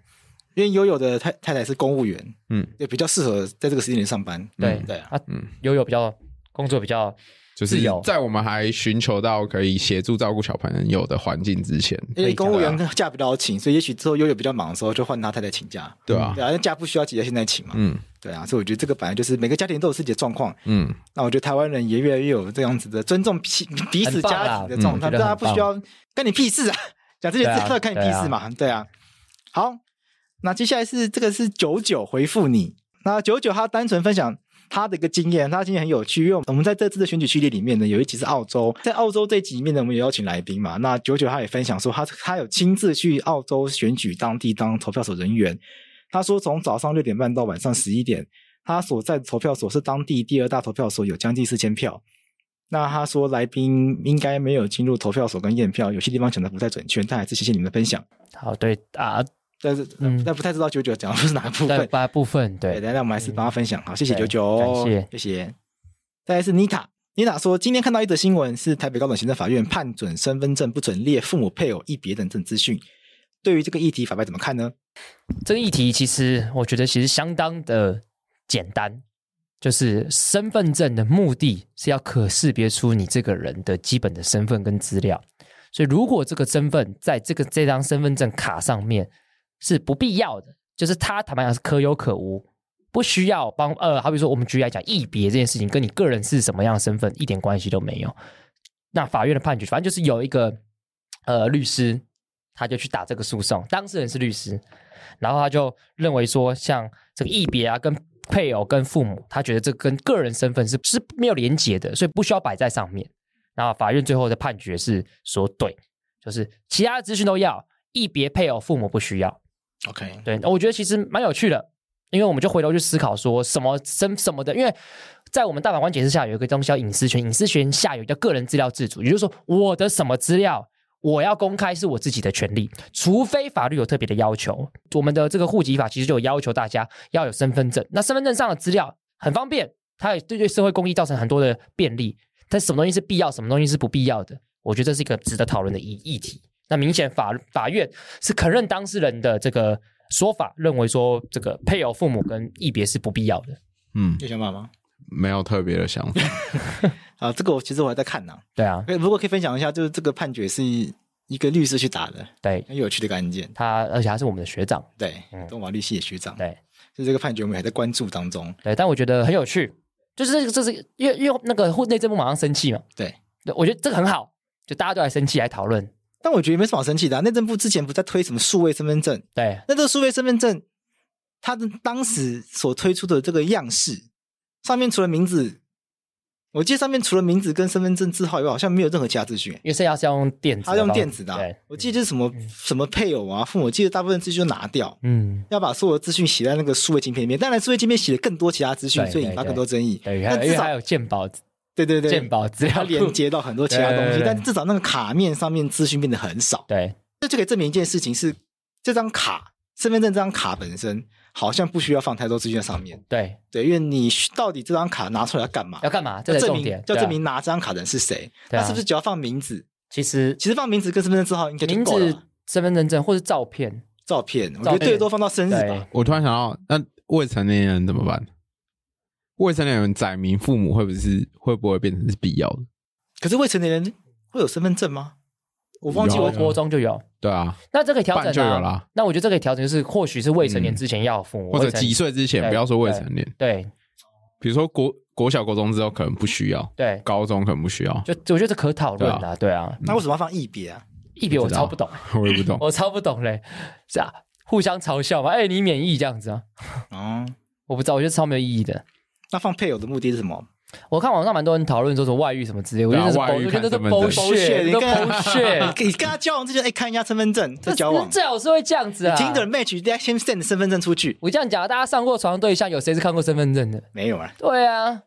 因为悠悠的太太太是公务员，嗯，也比较适合在这个时间点上班。对对啊，啊嗯，悠悠比较工作比较就是自由在我们还寻求到可以协助照顾小朋友的环境之前，因为公务员假比较请，所以也许之后悠悠比较忙的时候，就换他太太请假。对啊对，啊，因为假不需要急在现在请嘛。嗯对啊，所以我觉得这个本来就是每个家庭都有自己的状况。嗯那我觉得台湾人也越来越有这样子的尊重彼彼此家庭的状态，很棒啦嗯我觉得大家很棒不需要干你屁事啊，讲这些对啊字到底干你屁事嘛？对啊。好，那接下来是这个是九九回复你，那九九他单纯分享。他的一个经验，他的经验很有趣，因为我们在这次的选举系列里面呢，有一集是澳洲，在澳洲这集里面呢，我们有邀请来宾嘛，那九九他也分享说他，他有亲自去澳洲选举当地当投票所人员，他说从早上六点半到晚上十一点，他所在的投票所是当地第二大投票所，有将近四千票。那他说来宾应该没有进入投票所跟验票，有些地方讲的不太准确，但还是谢谢你们的分享。好对啊，但是、嗯但不太知道九九讲的是哪个部在分。八部分对对，那我们还是帮他分享。好，谢谢九对九，感谢谢谢。再来是妮塔，妮塔说今天看到一则新闻，是台北高等行政法院判准身份证不准列父母、配偶、一别等等资讯。对于这个议题，法白怎么看呢？这个议题其实我觉得其实相当的简单，就是身份证的目的是要可识别出你这个人的基本的身份跟资料。所以如果这个身份在这个这张身份证卡上面是不必要的，就是它坦白讲是可有可无，不需要帮呃，好比说我们举例来讲，异别这件事情跟你个人是什么样的身份一点关系都没有。那法院的判决，反正就是有一个呃律师，他就去打这个诉讼，当事人是律师，然后他就认为说，像这个异别啊，跟配偶、跟父母，他觉得这跟个人身份是是没有连结的，所以不需要摆在上面。然后法院最后的判决是说，对，就是其他的资讯都要，异别、配偶、父母不需要。 OK，对，我觉得其实蛮有趣的，因为我们就回头去思考说什么什什么的，因为在我们大法官解释下有一个东西叫隐私权，隐私权下有一个叫个人资料自主，也就是说我的什么资料。我要公开是我自己的权利，除非法律有特别的要求。我们的这个户籍法其实就有要求大家要有身份证，那身份证上的资料很方便，它也对对社会公益造成很多的便利。但什么东西是必要，什么东西是不必要的，我觉得这是一个值得讨论的议议题。那明显法法院是肯认当事人的这个说法，认为说这个配偶、父母跟异别是不必要的。嗯，有想法吗？没有特别的想法。啊，这个我其实我还在看呢、对啊，哎不过可以分享一下，就是这个判决是一个律师去打的，对很有趣的一个案件。他，而且他是我们的学长，对嗯，东华律系的学长，对就这个判决我们还在关注当中。对，但我觉得很有趣，就是这个这是因为因为那个户内政部马上生气嘛，对，对我觉得这个很好，就大家都来生气来讨论，但我觉得没什么好生气的、啊。内政部之前不是在推什么数位身份证？对那这个数位身份证，它的当时所推出的这个样式，上面除了名字，我记得上面除了名字跟身份证字号以外，好像没有任何其他资讯。因为剩下是要用电子的它方，用电子的啊、对，我记得就是什么什么配偶啊、父母，我记得大部分资讯都拿掉，嗯，要把所有的资讯写在那个数位晶片里面。当然，数位晶片写了更多其他资讯，对所以引发更多争议。对，但还因至为还少有鉴宝对对对，鉴宝资料它库连，接到很多其他东对对西，对但至少那个卡面上面资讯变得很少。对这就可以证明一件事情是，这张卡身份证这张卡本身好像不需要放太多资讯在上面。对，对，因为你需到底这张卡拿出来要干嘛要？干嘛？这要才证重明点，要对啊证明拿这张卡的人是谁？对啊那是不是只要放名字？其实其实放名字跟身份证字号应该就名够字了。、身份证证或是照片，照片，我照片觉得最多放到生日吧对。我突然想到，那未成年人怎么办？未成年人载明父母会不会是会不会变成是必要的？可是未成年人会有身份证吗？我忘记有我国啊国中就有。对啊，那这可以调办就整有啊。啦，那我觉得这可以调整，就是或许是未成年之前要有父母，或者未成几岁之前，对不要说未成年，对比如说国国小、国中之后可能不需要，对，高中可能不需要， *laughs* 就我觉得这可讨论的啊，对啊，那为什么要放一别啊？一别我超不懂， *laughs* 我也不懂。我超不懂嘞，是啊，互相嘲笑嘛，哎，你免疫这样子啊，哦，我不知道，我觉得超没有意义的。那放配偶的目的是什么？我看网上蛮多人讨论说什么外遇什么之类，我觉得这是对啊外遇 bull- 我觉得这是看身份证 bullshit，你这跟是 bullshit， *laughs* 你跟他交往之前，哎，看一下身份证再交往。这最好是会这样子啊。听的 match，大家先 send 身份证出去。我这样讲，大家上过床对象有谁是看过身份证的？没有啊，对啊，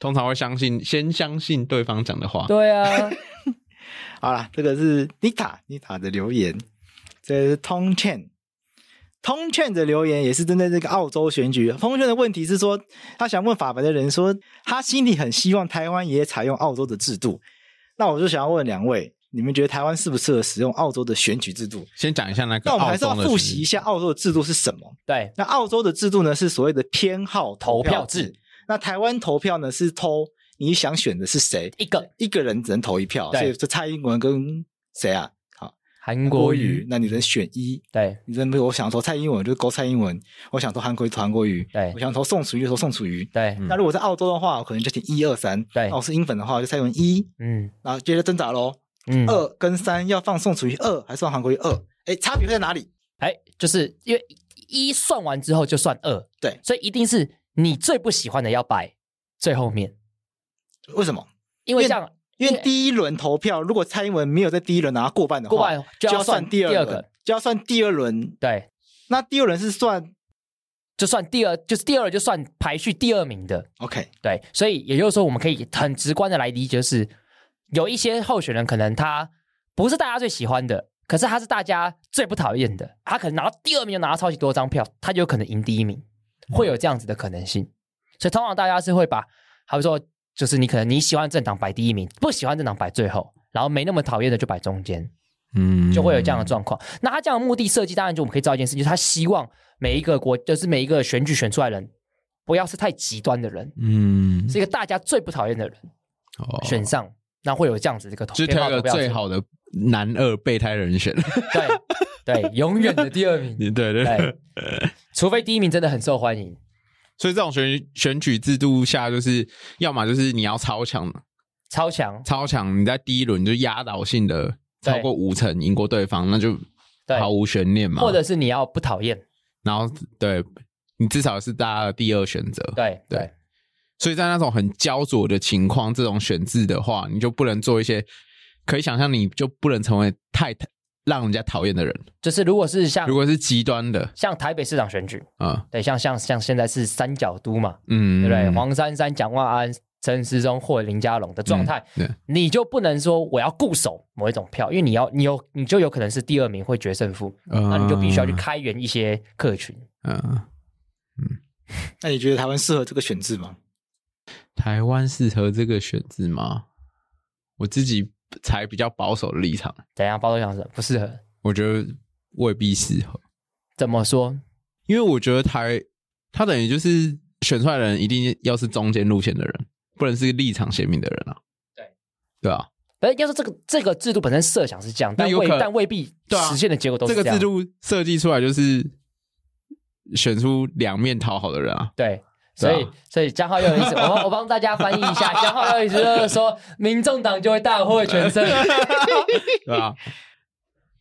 通常会相信，先相信对方讲的话。对啊，好啦，这个是妮塔妮塔的留言，这是 Tom Chen。Tom Chen 的留言也是针对这个澳洲选举。Tom Chen 的问题是说，他想问法白的人说，他心里很希望台湾也采用澳洲的制度。那我就想要问两位，你们觉得台湾适不适合使用澳洲的选举制度？先讲一下那个那我们澳还是要洲的复习一选下澳洲的制度是什么。对，那澳洲的制度呢是所谓的偏好投投票票制制，那台湾投票呢是投你想选的是谁，一个一个人只能投一票，对所以这蔡英文跟谁啊？好，韩国国瑜语，，那你能选一？对你能没有？我想投蔡英文就投蔡英文，我想投韩国瑜投韩国瑜，对我想投宋楚瑜就投宋楚瑜。对，嗯那如果在澳洲的话，我可能就填一二三。对那我是英粉的话，我就蔡英文一，嗯然后接着挣扎喽，嗯，二跟三要放宋楚瑜二还是放韩国瑜二？哎，差别会在哪里？哎，就是因为一算完之后就算二，对所以一定是你最不喜欢的要摆最后面，为什么？因为这样因为对第一轮投票，如果蔡英文没有在第一轮拿过半的话，过半就就要要算算第第二二个轮，就要算第二轮。对，那第二轮是算就算第二，就是第二就算排序第二名的， OK，对，所以也就是说，我们可以很直观的来理解，就是有一些候选人可能他不是大家最喜欢的，可是他是大家最不讨厌的，他可能拿到第二名就拿到超级多张票，他就有可能赢第一名，会有这样子的可能性。所以通常大家是会把，好比说，就是你可能你喜欢的政党摆第一名，不喜欢的政党摆最后，然后没那么讨厌的就摆中间。嗯就会有这样的状况。那他这样的目的设计，当然就我们可以知道一件事，就是他希望每一个国，就是每一个选举选出来的人，不要是太极端的人，嗯，是一个大家最不讨厌的人哦选上，那会有这样子的一个投就是挑一个投票制最好的男二备胎人 *laughs* 选。对对，永远的第二名， *laughs* *laughs* 对对对，除非第一名真的很受欢迎，所以这种选选举制度下，就是要么就是你要超强，超强，超强，你在第一轮就压倒性的对超过五成赢过对方，那就对毫无悬念嘛。或者是你要不讨厌，然后对你至少是大家的第二选择。对对对所以在那种很焦灼的情况，这种选制的话，你就不能做一些可以想象，你就不能成为太让人家讨厌的人。就是如果是像如果是极端的，像台北市长选举，啊，对，像像像现在是三角都嘛，嗯，对不对？黄珊珊、蒋万安、陈时中或林佳龙的状态，嗯对你就不能说我要固守某一种票，因为你要你有你就有可能是第二名会决胜负，呃那你就必须啊要去开源一些客群。嗯，那你觉得台湾适合这个选制吗？台湾适合这个选字吗？我自己才比较保守的立场，怎样？包头想什么不适合？我觉得未必适合，怎么说？因为我觉得台他等于就是选出来的人一定要是中间路线的人，不能是立场鲜明的人啊。对，对啊，反正要说这个这个制度本身设想是这样，但那有未可能但未必对啊实现的结果都是这个样制度设计出来就是选出两面讨好的人 *laughs* 啊。对。所对啊以，所以江浩又有一次，我帮我帮大家翻译一下，江浩又有一次就是说，民众党就会大获全 *laughs* 胜。对啊，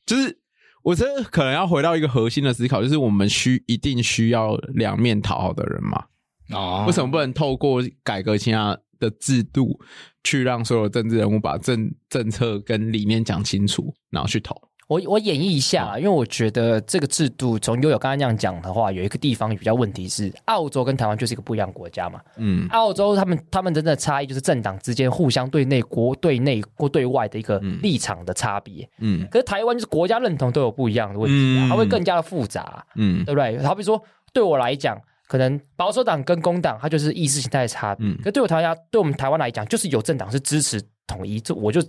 就是我觉得可能要回到一个核心的思考，就是我们需一定需要两面讨好的人嘛？哦为什么不能透过改革其他的制度，去让所有政治人物把政政策跟理念讲清楚，然后去投？我我演绎一下啦，因为我觉得这个制度从悠悠刚才那样讲的话，有一个地方比较问题是，澳洲跟台湾就是一个不一样的国家嘛。嗯澳洲他们他们真的差异就是政党之间互相对内国对内国对外的一个嗯立场的差别。嗯可是台湾就是国家认同都有不一样的问题、啊，嗯它会更加的复杂、嗯对不对？好比说，对我来讲，可能保守党跟工党，它就是意识形态的差别。嗯可，对我台湾，对我们台湾来讲，就是有政党是支持统一，这我就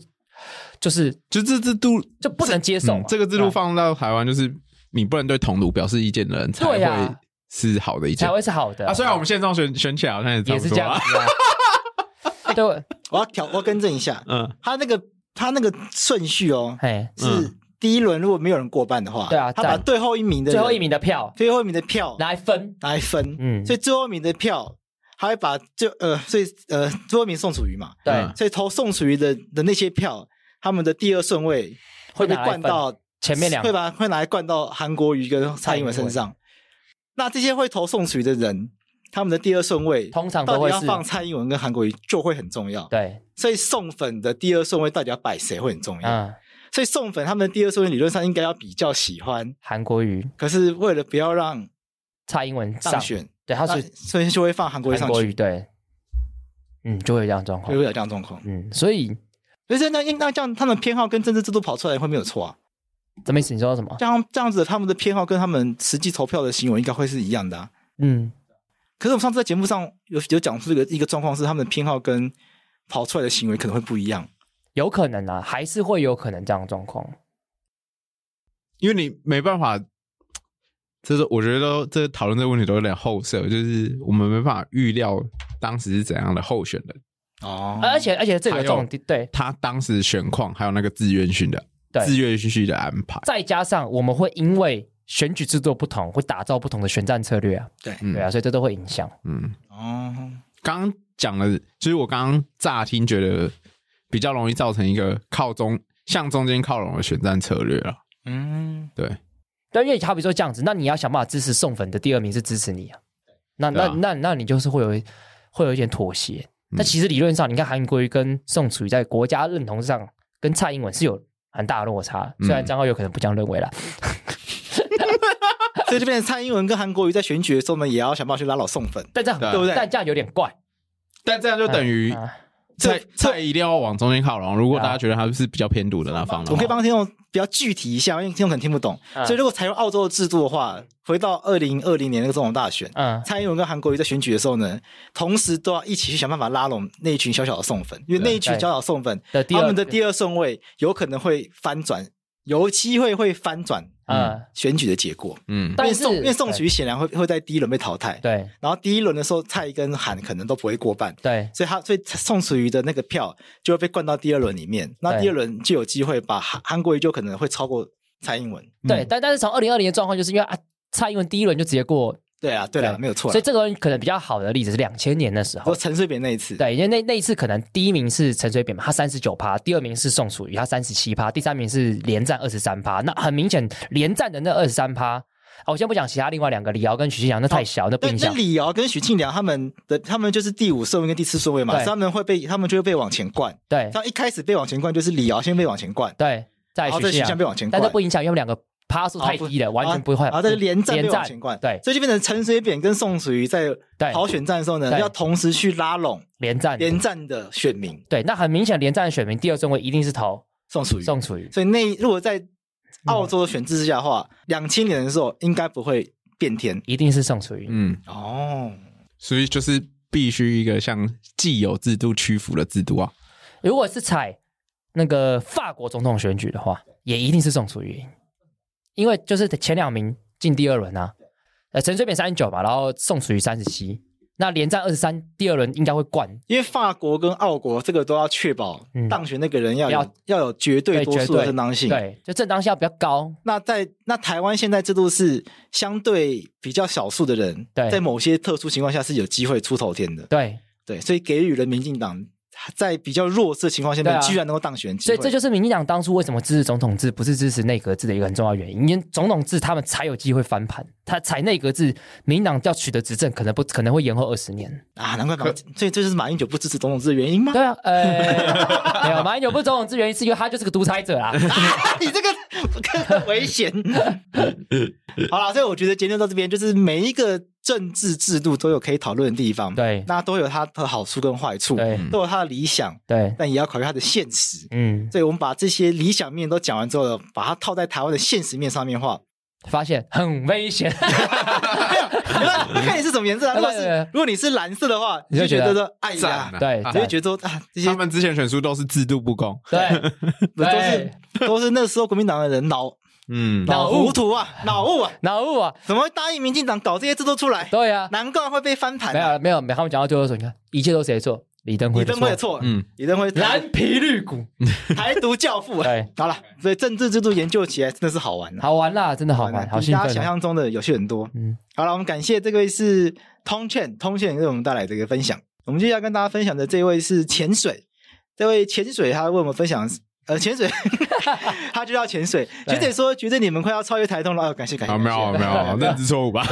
就是就这制度就不能接受嘛、嗯这个对制啊度吧放到台湾，就是你不能对同族表示意见的人才对啊会是好的意见才。会是好的啊，虽然我们现状选选起来好像也差也不是多这样啊，子啊。对，我要调，我要更正一下，嗯他那个他那个顺序哦，哎，是第一轮如果没有人过半的话，对啊他把占最后一名的最后人一名的票最后一名的票拿来分，拿来分，嗯，所以最后一名的票他会把最呃所以呃最后一名宋楚瑜嘛，对，嗯所以投宋楚瑜的的那些票，他们的第二顺位会被拿来灌分到前面两会把会拿来灌到韩国瑜跟蔡英文身上。那这些会投宋楚瑜的人，他们的第二顺位通常到都底会要是放蔡英文跟韩国瑜就会很重要。对，所以宋粉的第二顺位到底要摆谁会很重要。嗯，所以宋粉他们的第二顺位理论上应该要比较喜欢，韩国瑜、可是为了不要让蔡英文当上，选，对，他那是所以就会放韩国瑜韩上国去，瑜，对，嗯，就会有这样的状会况不，会有这样的状况？嗯，所以所以这样那那这样他们偏好跟政治制度跑出来会没有错啊。怎么意思？你说什么？这样这样子他们的偏好跟他们实际投票的行为应该会是一样的啊。嗯，可是我们上次在节目上有有讲出一个一个状况是他们的偏好跟跑出来的行为可能会不一样。有可能啊，还是会有可能这样的状况。因为你没办法，这是我觉得都这讨论这个问题都有点后设，就是我们没办法预料当时是怎样的候选人，哦而且而且这嗯还个有重点，对他当时选况，还有那个自愿训的自对，愿训的安排，再加上我们会因为选举制度不同，会打造不同的选战策略啊，嗯对啊，所以这都会影响。嗯，哦，刚刚讲的，就是我刚刚乍听觉得比较容易造成一个靠中向中间靠拢的选战策略啊了，嗯，对，对，因为好比说这样子，那你要想办法支持送粉的第二名是支持你啊。那对那啊那那你就是会有一会有一点妥协。嗯但其实理论上，你看韩国瑜跟宋楚瑜在国家认同上跟蔡英文是有很大的落差，虽然嗯张浩有可能不这样认为啦。所以这边蔡英文跟韩国瑜在选举的时候，我们也要想办法去拉拢宋粉。但这样对啊对不对但这样有点怪，但这样就等于啊啊蔡这蔡一定要往中间靠拢，如果对啊大家觉得他是比较偏独的那方的我话可以，帮听众比较具体一下，因为听众可能听不懂。嗯啊所以如果采用澳洲的制度的话，回到二零二零年那个总统大选，嗯，蔡英文跟韩国瑜在选举的时候呢，同时都要一起去想办法拉拢那一群小小的送粉，因为那一群对小小的送粉，的第二他们的第二顺位有可能会翻转，有机会会翻转嗯，选举的结果。嗯，因为但是宋因为宋楚瑜显然会会在第一轮被淘汰，对然后第一轮的时候蔡跟韩可能都不会过半，对所以他所以宋楚瑜的那个票就会被灌到第二轮里面，那对第二轮就有机会把韩韩国瑜就可能会超过蔡英文。对，但但是从二零二零的状况，就是因为啊，蔡英文第一轮就直接过，对啊，对啊，对没有错啦。所以这个可能比较好的例子是两千年的时不候过，陈水扁那一次，对，因为那那一次可能第一名是陈水扁嘛，他三十九趴；第二名是宋楚瑜，他三十七趴；第三名是连战二十三趴。那很明显，连战的那二十三趴，啊我先不讲其他另外两个李敖跟许信良，那太小，那不那影哦那响。李敖跟许庆良他们的他们就是第五顺位跟第四顺位嘛，对所以他们会被他们就会被往前灌。对像一开始被往前灌，就是李敖先被往前灌，对，再来然后这许许信向良，被往前但灌这。不影响，因为他们两个趴数太低了，完全不会。嗯然后这是连战连啊对战往前灌，对所以就变成陈水扁跟宋楚瑜在对跑选战的时候呢，对要同时去拉拢连战连战的选民对，那很明显，连战的选民第二顺位一定是投宋楚瑜。宋楚瑜。所以那如嗯果在澳洲的选制之下的话，两千年的时候应该不会变天一定是宋楚瑜，嗯，哦。所以就是必须一个像既有制度屈服的制度啊。如果是采那个法国总统选举的话，也一定是宋楚瑜赢，因为就是前两名进第二轮啊，呃，陈水扁三十九嘛，然后宋楚瑜三十七，那连战二十三，第二轮应该会冠，因为法国跟澳国这个都要确保嗯当选那个人要有、要要有绝对多绝数的对正当性。对，就正当性要比较高，那在那台湾现在制度是相对比较少数的人，对在某些特殊情况下是有机会出头天的，对，对，所以给予了民进党在比较弱势的情况下面、对啊居然能够当选机所会，以这就是民进党当初为什么支持总统制，不是支持内阁制的一个很重要原因。因为总统制他们才有机会翻盘，他采内阁制，民进党要取得执政，可能不可能会延后二十年。啊，难怪马，所以这就是马英九不支持总统制的原因 *laughs* 吗？对啊， *laughs* 呃，没有马英九不是总统制原因，是因为他就是个独裁者啊 *laughs* 啦。 *laughs* 你这个危险。 *laughs* 好了，所以我觉得结论到这边，就是每一个政治制度都有可以讨论的地方，，对那都有它的好处跟坏处，对都有它的理想，对，但也要考虑它的现实。嗯，所以我们把这些理想面都讲完之后呢，把它套在台湾的现实面上面的话，发现很危险，你看你是什么颜色啊？如果是如果你是蓝色的话，你你就就觉觉得得说，哎呀赞啊，对啊你就会觉得说啊，这些他们之前选书都是制度不公，对都是对都是那时候国民党的人脑嗯，脑脑雾糊涂啊，脑雾啊，脑雾啊，怎么会答应民进党搞这些制度出来？对啊，难怪会被翻盘没啊。有没有，没有他们讲到最后的时候，你看一切都谁错？李登辉李的登辉的错，错，嗯嗯，李登辉 *laughs* 蓝皮绿骨，台独教父啊。对，好了，所以政治制度研究起来真的是好玩啊，好玩啦，真的好啊玩，好比兴大家奋想啊。象中的有趣很多。嗯，好了，我们感谢这位是通券，通券为我们带来这个分享。我们接下来跟大家分享的这位是潜水，这位潜水他为我们分享的是，呃，潜水 *laughs* 他就叫潜水， *laughs* 对潜水说觉得你们快要超越台东了，哦，感谢感谢。啊，没有感谢没有，认知 *laughs* 错误吧？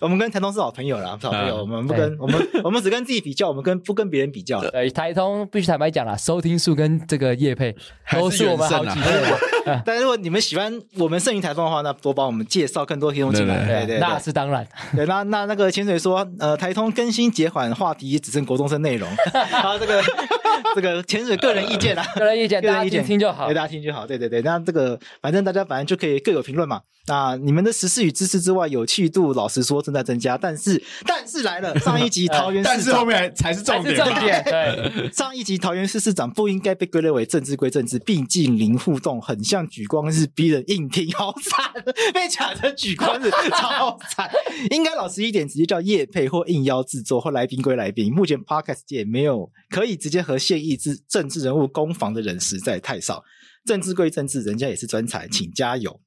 我们跟台东是好朋友啦，是好朋啊友，嗯我们不跟我们 *laughs* 我们只跟自己比较，我们跟不跟别人比较。对，台通必须坦白讲啦，收听数跟这个业配还是都是我们好缘几分倍的。但如果你们喜欢我们剩余台风的话，那多帮我们介绍更多听众进来。 *laughs* 对对对，那对是当然。对，那那那个潜水说，呃，台通更新减缓话题只剩国中生 *laughs* 内容，然后这个这个潜水个人意见啊。个人意见，个大人家意听见听就好对，。大家听就好。对对对，那这个反正大家反正就可以各有评论嘛。那你们的时事与知识之外，有趣度老实说正在增加，但是但是来了，上一 *laughs* 集桃园但市是后长，面才是重还是点，重点，对，上一集桃园市市长不应该被归类为政治归政治，毕竟零互动很像举光日，逼人硬听，好惨，被抢成举光日，超惨。应该老实一点，直接叫叶配或应邀制作或来宾归来宾。目前 podcast 界没有可以直接和现役政政治人物攻防的人实在太少，政治归政治，人家也是专才，请加油。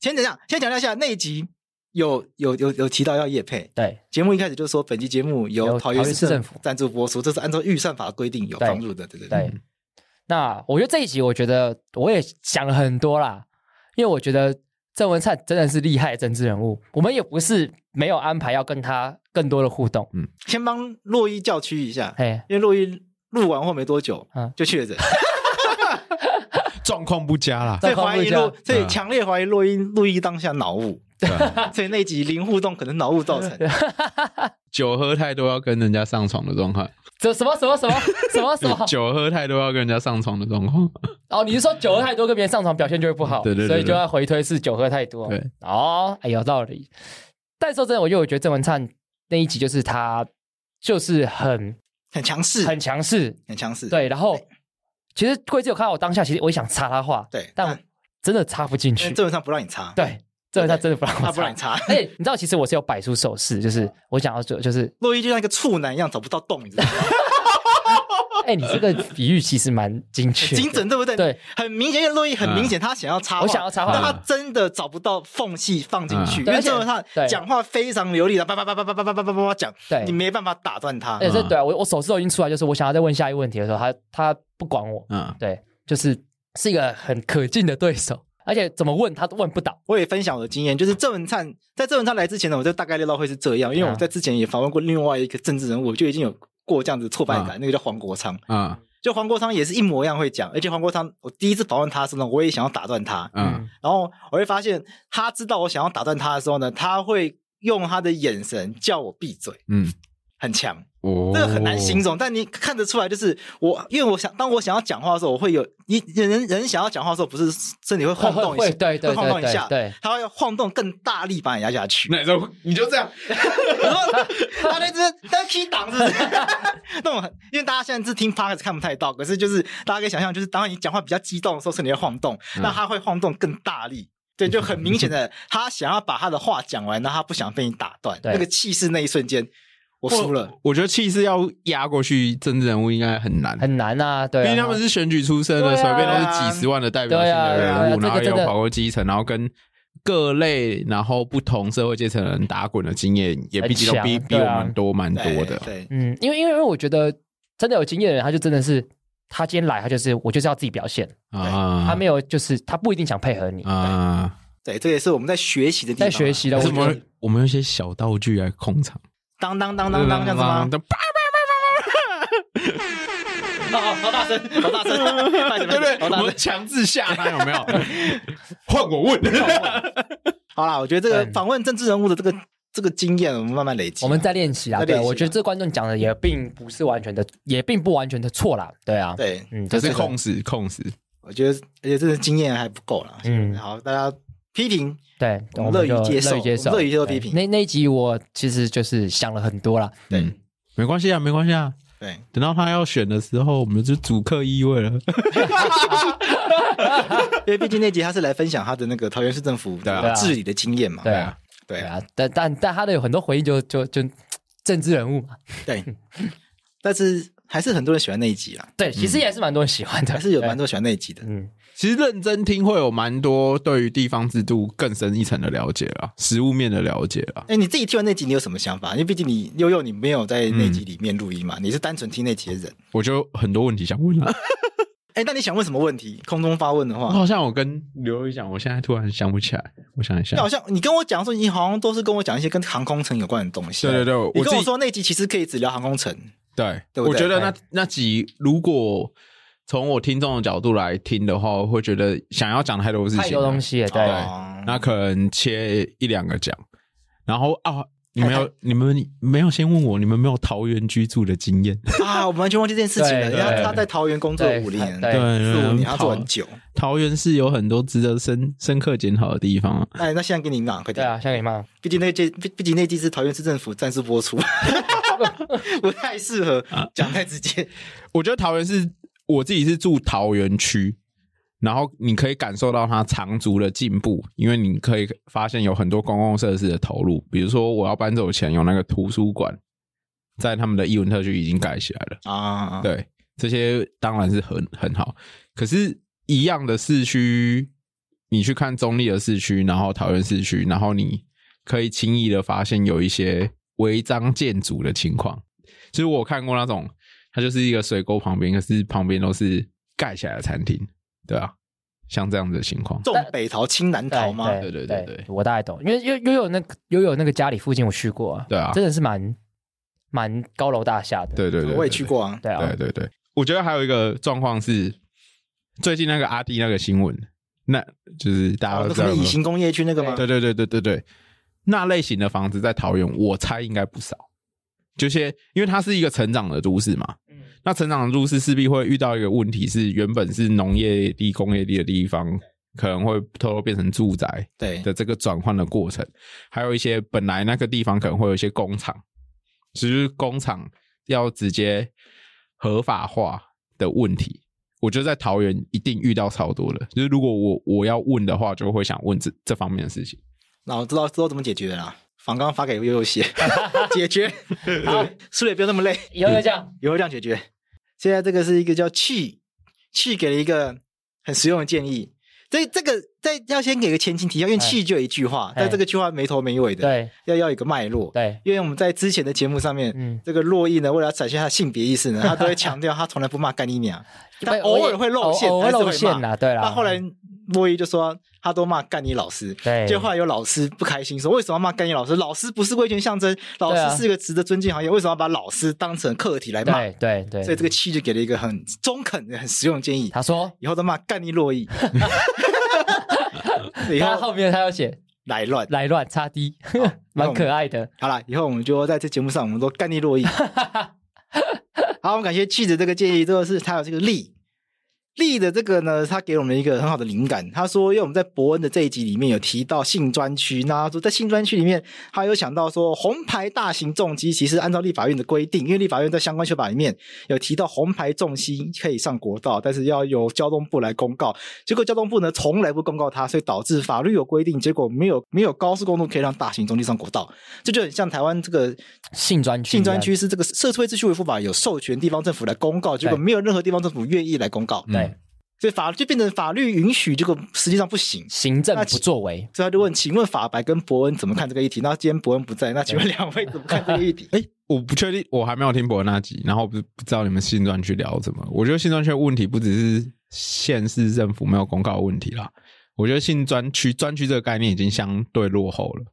先等一下，先强调一下那一集。有有有有提到要叶配，对节目一开始就说本期节目由由桃园桃园市市政政府府赞助播出，这是按照预算法规定有对放入的，对对对。那我觉得这一集，我觉得我也想了很多啦，因为我觉得郑文灿真的是厉害的政治人物，我们也不是没有安排要跟他更多的互动，先帮洛伊叫屈一下，哎，因为洛伊录完后没多久嗯就 *laughs* 确诊，状况不佳啦。所状以况怀疑不佳洛，所以嗯强烈怀疑洛伊洛伊当下脑雾， *laughs* 所以那一集零互动可能脑雾造成。酒喝太多要跟人家上床的状况，这什么什么什么什么什 *laughs* 么？酒喝太多要跟人家上床的状况，哦，你是说酒喝太多跟别人上床表现就会不好，对对对所以对就要回推是酒喝太多。对，哦，哎，有道理。但说真的，我就我觉得郑文灿那一集就是他就是很很强势，很强势，很强势。对，然后其实贵志有看到我当下，其实我也想插他话，对，但真的插不进因为去。基本上不让你插，对，这他真的不让他我不让你插。插。 *laughs* 哎，你知道，其实我是有摆出手势，就是我想要做，就是洛伊就像一个处男一样找不到洞，你知道吗？哎，你这个比喻其实蛮精确的，精准对不 *laughs* 对？对，很明显，因为洛伊很明显他想要插话，嗯我想要插话嗯但他真的找不到缝隙放进去，嗯因为对郑文灿对讲话非常流利的，叭叭叭叭叭叭叭叭叭叭讲，对你没办法打断他哎，。这嗯对啊，我我手势都已经出来，就是我想要再问下一个问题的时候，他他不管我，嗯，对，就是是一个很可敬的对手，而且怎么问他都问不倒。我也分享我的经验，就是郑文灿在郑文灿来之前呢，我就大概料到会是这样，因嗯为嗯我在之前也访问过另外一个政治人物，我就已经有过这样子挫败感，那个叫黄国昌，啊，就黄国昌也是一模一样会讲，而且黄国昌，我第一次访问他的时候呢，我也想要打断他，嗯然后我会发现他知道我想要打断他的时候呢，他会用他的眼神叫我闭嘴，嗯，很强，哦这个很难形容，但你看得出来，就是我，因为我想，当我想要讲话的时候，我会有你人人想要讲话的时候，不是身体会晃动一会下，对对会晃对动一下对，对，他会晃动更大力把你压下去。那你就你就这样，然后 *laughs* 他那只他 key 档是不是 *laughs* 那种很，因为大家现在是听 podcast 看不太到，可是就是大家可以想象，就是当你讲话比较激动的时候，身体会晃动，嗯那他会晃动更大力。对，就很明显 *laughs* 的，他想要把他的话讲完，那他不想被你打断，对那个气势那一瞬间，我输了。我觉得气势要压过去，政治人物应该很难，很难啊，对毕啊，竟他们是选举出身的，对随啊便都是几十万的代表性的人物，对然啊对啊后这个又真的跑过基层，然后跟各类然后不同社会阶层的人打滚的经验，也毕竟都比很强比对我啊们多蛮多对的。对，嗯，因为因为我觉得真的有经验的人，他就真的是他今天来，他就是我就是要自己表现，啊，他没有就是他不一定想配合你，啊，对，这也是我们在学习的地方在啊。学习的，还我是我觉得们我们有一些小道具来控场，当当当当当这样子吗？当哦，好大声，好大声， *laughs* 对对不对？好我大声们。强制下他有 *laughs* 没有？换我问，好啦，我觉得这个哎嗯访问政治人物的这个这个经验，我们慢慢累积啊。我们在练习啊，在练对，习啊我觉得这观众讲的也并不是完全的，也并不完全的错啦，对啊，对，嗯，可就是这个控死控死，我觉得而且这个经验还不够啦。嗯嗯，好，大家批评，对，我们们乐于就接受乐于接受，我们乐于接受对批评那那一集我其实就是想了很多啦，对嗯没关系啊，没关系啊。对，等到他要选的时候，我们就主客意位了。因为毕竟那集他是来分享他的那个桃园市政府对啊的治理的经验嘛。对啊啊，对对啊，啊，但但但他的有很多回应就就就政治人物嘛，对，但是还是很多人喜欢那一集啊啦，对，其实也是蛮多人喜欢的，嗯还是有对蛮，多喜欢那一集的。嗯，其实认真听会有蛮多对于地方制度更深一层的了解啦，实物面的了解啦。哎，你自己听完那集，你有什么想法？因为毕竟你悠悠你没有在那集里面录音嘛，你是单纯听那集的人。我就很多问题 *laughs* 想问了。哎，那你想问什么问题？空中发问的我话，好像我跟刘宇讲，我现在突然想不起来，我想一下你。好像你跟我讲说，你好像都是跟我讲一些跟航空城有关的东西。对对对，我你自跟己我说那集其实可以只聊航空城，对，对不对我觉得那那集如果从我听众的角度来听的话，我会觉得想要讲太多事情了，太多东西了，对，哦那可能切一两个讲。然后啊，你们太有你们没有先问我，你们没有桃园居住的经验？啊，我们完全忘记这件事情了。对因为他对他在桃园工作了对五年，对四五年，他做桃很久。桃园是有很多值得深深刻检讨的地方啊。那那现在给你讲，快对点。啊，像你妈，毕竟那季，毕毕竟那季是桃园市政府暂时播出， *laughs* 不太适合讲太直接。我觉得桃园是我自己是住桃园区，然后你可以感受到它长足的进步，因为你可以发现有很多公共设施的投入，比如说我要搬走前有那个图书馆，在他们的艺文特区已经盖起来了。啊，对，这些当然是很很好。可是，一样的市区，你去看中立的市区，然后桃园市区，然后你可以轻易的发现有一些违章建筑的情况。就是我看过那种，它就是一个水沟旁边，可是旁边都是盖起来的餐厅，对啊，像这样子的情况。重北桃轻南桃吗？对对对对对我大概懂，因为悠悠有那个悠有那个家里附近我去过啊，对啊真的是蛮蛮高楼大厦的，对对对对，我也去过啊。对啊，对对对，我觉得还有一个状况是，最近那个阿弟那个新闻，那就是大家哦都那知什道么有没以有行工业区那个吗？啊对对对对对对，那类型的房子在桃园，我猜应该不少。就些，因为它是一个成长的都市嘛，嗯那成长的都市势必会遇到一个问题，是原本是农业地、工业地的地方，可能会偷偷变成住宅对的这个转换的过程，还有一些本来那个地方可能会有一些工厂，只是工厂要直接合法化的问题。我觉得在桃园一定遇到超多的，就是如果我我要问的话，就会想问这这方面的事情。？那我知道知道怎么解决了啦。仿刚发给悠悠写，*laughs* 解决。 *laughs* 好，输了也不用那么累。以后就这样，以后这样解决。现在这个是一个叫气，气给了一个很实用的建议。这这个在要先给个前情提要，因为哎气就有一句话，哎但这个句话没头没尾的，对要要有一个脉络。对，因为我们在之前的节目上面，嗯这个洛伊呢，为了展现他的性别意识 *laughs* 呢，他都会强调他从来不骂干你娘，他对偶我也尔会露馅偶偶还尔是会露馅啊骂啦，对啦。那后来洛伊就说他都骂干你老师，对，就后来有老师不开心说，为什么要骂干你老师？老师不是威权象征，老对啊师是一个值得尊敬的行业，为什么要把老师当成课题来骂？对对对，所以这个七就给了一个很中肯、很实用的建议，他说，以后都骂干你洛伊，以他后后面他要写来乱。来乱插 D， *laughs* 那我蛮们可爱的。好了，以后我们就在这节目上，我们都干力落意。好，我们感谢气子这个建议，这个是他有这个力力的这个呢，他给我们一个很好的灵感。他说，因为我们在伯恩的这一集里面有提到性专区，那他说在性专区里面，他有想到说红牌大型重击，其实按照立法院的规定，因为立法院在相关修法里面有提到红牌重击可以上国道，但是要由交通部来公告。结果交通部呢从来不公告它，所以导致法律有规定，结果没有没有高速公路可以让大型重机上国道。这就很像台湾这个性专区，性专区是这个社会秩序维护法有授权地方政府来公告，结果没有任何地方政府愿意来公告，对所以法就变成法律允许，结果实际上不行。行政那不作为，所以他就问：“请问法白跟伯恩怎么看这个议题？”那今天伯恩不在，那请问两位怎么看这个议题 *laughs* 哎、我不确定，我还没有听博那集，然后我不不知道你们新专区聊什么。我觉得新专区的问题不只是县市政府没有公告的问题啦，我觉得新专区专区这个概念已经相对落后了。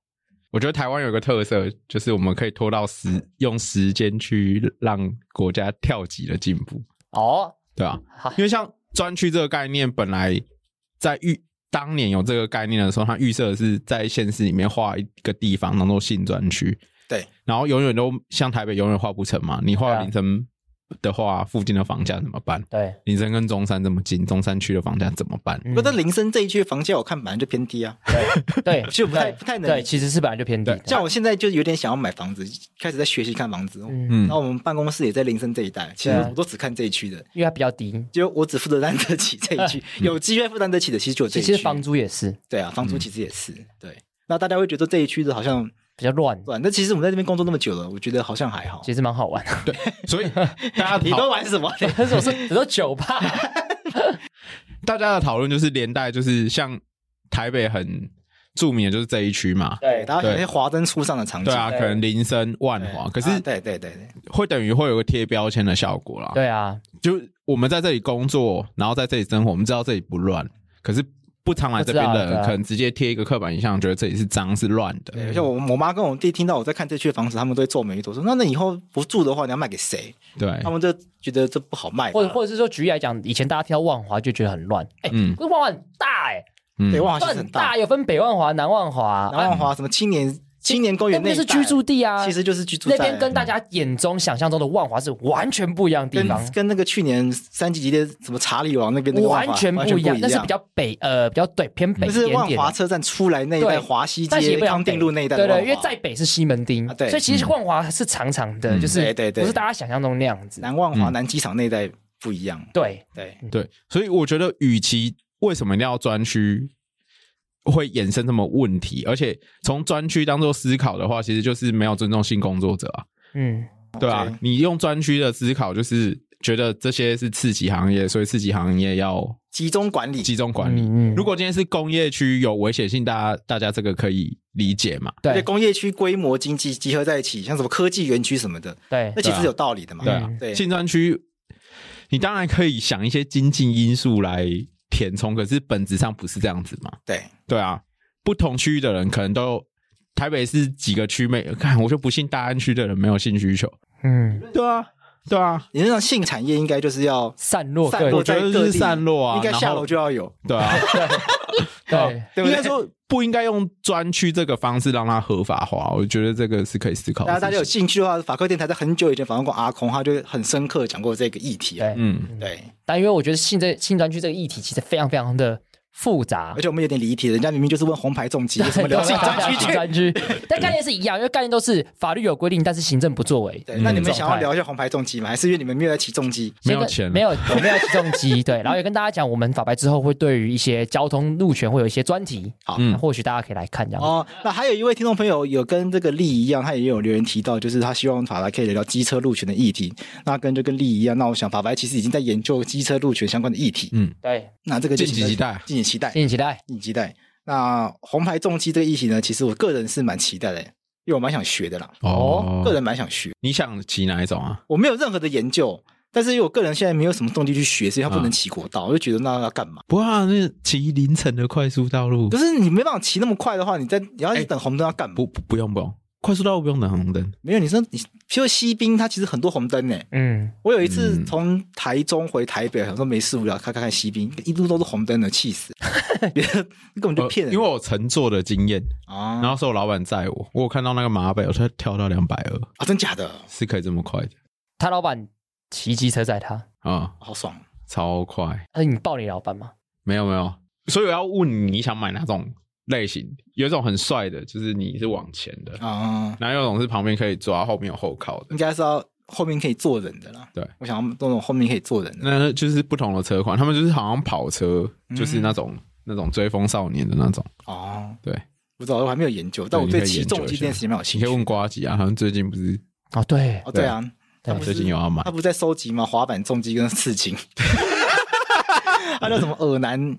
我觉得台湾有一个特色，就是我们可以拖到时用时间去让国家跳级的进步，哦，对吧、好因为像专区这个概念，本来在预当年有这个概念的时候，它预设的是在县市里面划一个地方当做性专区，对，然后永远都像台北永远划不成嘛。你划对啊林森的话，附近的房价怎么办？对，林森跟中山这么近，中山区的房价怎么办？嗯不过在林森这一区的房价，我看本来就偏低啊。对， *laughs* 就不对太不太能对，其实是本来就偏低对的，像我现在就有点想要买房子，开始在学习看房子。嗯，嗯然，后我们办公室也在林森这一带，其实对啊我都只看这一区的，因为它比较低，就我只负责担得起这一区，有机会负担得起的其实就有嗯这其一区。实房租也是对啊，嗯房租其实也是、对。那大家会觉得这一区的好像比较乱，乱，那其实我们在这边工作那么久了，我觉得好像还好。其实蛮好玩。所以大家 *laughs* 你都讨玩什么？ *laughs* 但是我是很多酒吧，大家的讨论就是连带就是像台北很著名的就是这一区嘛，对大家想那些华灯初上的场景。对啊，可对能林森、万对，华，可是啊对对对对，会等于会有个贴标签的效果啦。对啊，就我们在这里工作，然后在这里生活，我们知道这里不乱，可是不常来这边不知的道对人，啊可能直接贴一个刻板印象，觉得这里是脏是乱的。对，像我我妈跟我弟听到我在看这区的房子，他们都会皱眉头说：“那那以后不住的话，你要卖给谁？”对他，们就觉得这不好卖吧，或者或者是说举例来讲，以前大家听到万华就觉得很乱，哎，嗯可是万华很大哎，嗯对，万华其实很很大大，，有分北万华、南万华，然后万华什么青年青年公那园不那就是居住地啊，其实就是居住那在边跟大家眼中想象中的万华是完全不一样的地跟方。跟那个去年三级级的什么查理王那边那个万华完全不不一样，那是比较北呃比较对偏北就一是点万点华的，车站出来那一对带华西但是也街不康讲定路那一带的对万华，对，因为在北是西门町啊，对所以其实嗯万华是长长的，嗯就是对对对不是大家想象中那样子。南万华、嗯南机场那一带不一样。对，对，对，所以我觉得，与其为什么一定要专区，会衍生什么问题？而且从专区当做思考的话，其实就是没有尊重性工作者啊，嗯，对啊， OK 你用专区的思考，就是觉得这些是次级行业，所以次级行业要集中管理，集中管理。嗯嗯如果今天是工业区有危险性，大家大家这个可以理解嘛？而且对工业区规模经济集合在一起，像什么科技园区什么的，对那其实是有道理的嘛。对啊嗯，对，新专区，你当然可以想一些经济因素来填充，可是本质上不是这样子嘛？对，对啊，不同区域的人可能都有台北是几个区没看，我就不信大安区的人没有性需求。嗯，对啊，对啊，理论上性产业应该就是要散落散各落哦我地，觉在得各是地，散落啊应该然后下楼就要有，对啊，对， *laughs* 对不对应该？说不应该用专区这个方式让它合法化，我觉得这个是可以思考的大事家情。大家有兴趣的话，法科电台在很久以前访问过阿空，他就很深刻地讲过这个议题啊。对嗯，对，但因为我觉得性这性专区这个议题其实非常非常的复杂而，且我们有点离题，人家明明就是问红牌重击，有什哎么聊对性专区性去？专区， *laughs* 但概念是一样，因为概念都是法律有规定，但是行政不作为。对，那你嗯们想要聊一下红牌重击吗？还是因为你们没有在骑重机？没有现在钱了没有我没有起重机，对，然后也跟大家讲，我们法白之后会对于一些交通路权会有一些专题，好嗯那或许大家可以来看这样。哦，那还有一位听众朋友有跟这个丽一样，他也有留言提到，就是他希望法白可以聊聊机车路权的议题。那跟就跟丽一样，那我想法白其实已经在研究机车路权相关的议题。对，那这个就敬请期待敬请期待，敬请期待。敬请期待。那红牌重机这个议题呢，其实我个人是蛮期待的，因为我蛮想学的啦，哦个人蛮想学。你想骑哪一种啊？我没有任何的研究，但是因为我个人现在没有什么动力去学，所以它不能骑国道，我就觉得那要干嘛？不怕那骑凌晨的快速道路可，是你没办法骑那么快的话，你在你要去哎等红灯要干嘛？不不不用不用，快速道路不用等红灯。没有，你说你，譬如西滨，它其实很多红灯呢。嗯，我有一次嗯从台中回台北，想说没事无聊，看看看西滨，一路都是红灯的，气 *laughs* 死！别人根本就骗呃人，因为我乘坐的经验，啊，然后是我老板载我，我有看到那个马北，我才跳到两百二，啊，真假的，是可以这么快的他老板骑机车载他，啊、好爽！超快！那你抱你老板吗？没有没有，所以我要问你，你想买哪种类型？有一种很帅的，就是你是往前的，啊、然后有一种是旁边可以抓，后面有后靠的应，该是要后面可以坐人的啦。对，我想要那种后面可以坐人的。那就是不同的车款，他们就是好像跑车，就是那种、那种追风少年的那种。哦，对，不知道，我还没有研究，但我对对你可以骑研重究机一这件事情蛮有你兴可趣以的。问瓜吉啊，好像最近不是哦，对，哦，对啊，他对不最近是有要买他，不是在收集吗？滑板、重机跟刺 *laughs* 青。他叫什么耳男？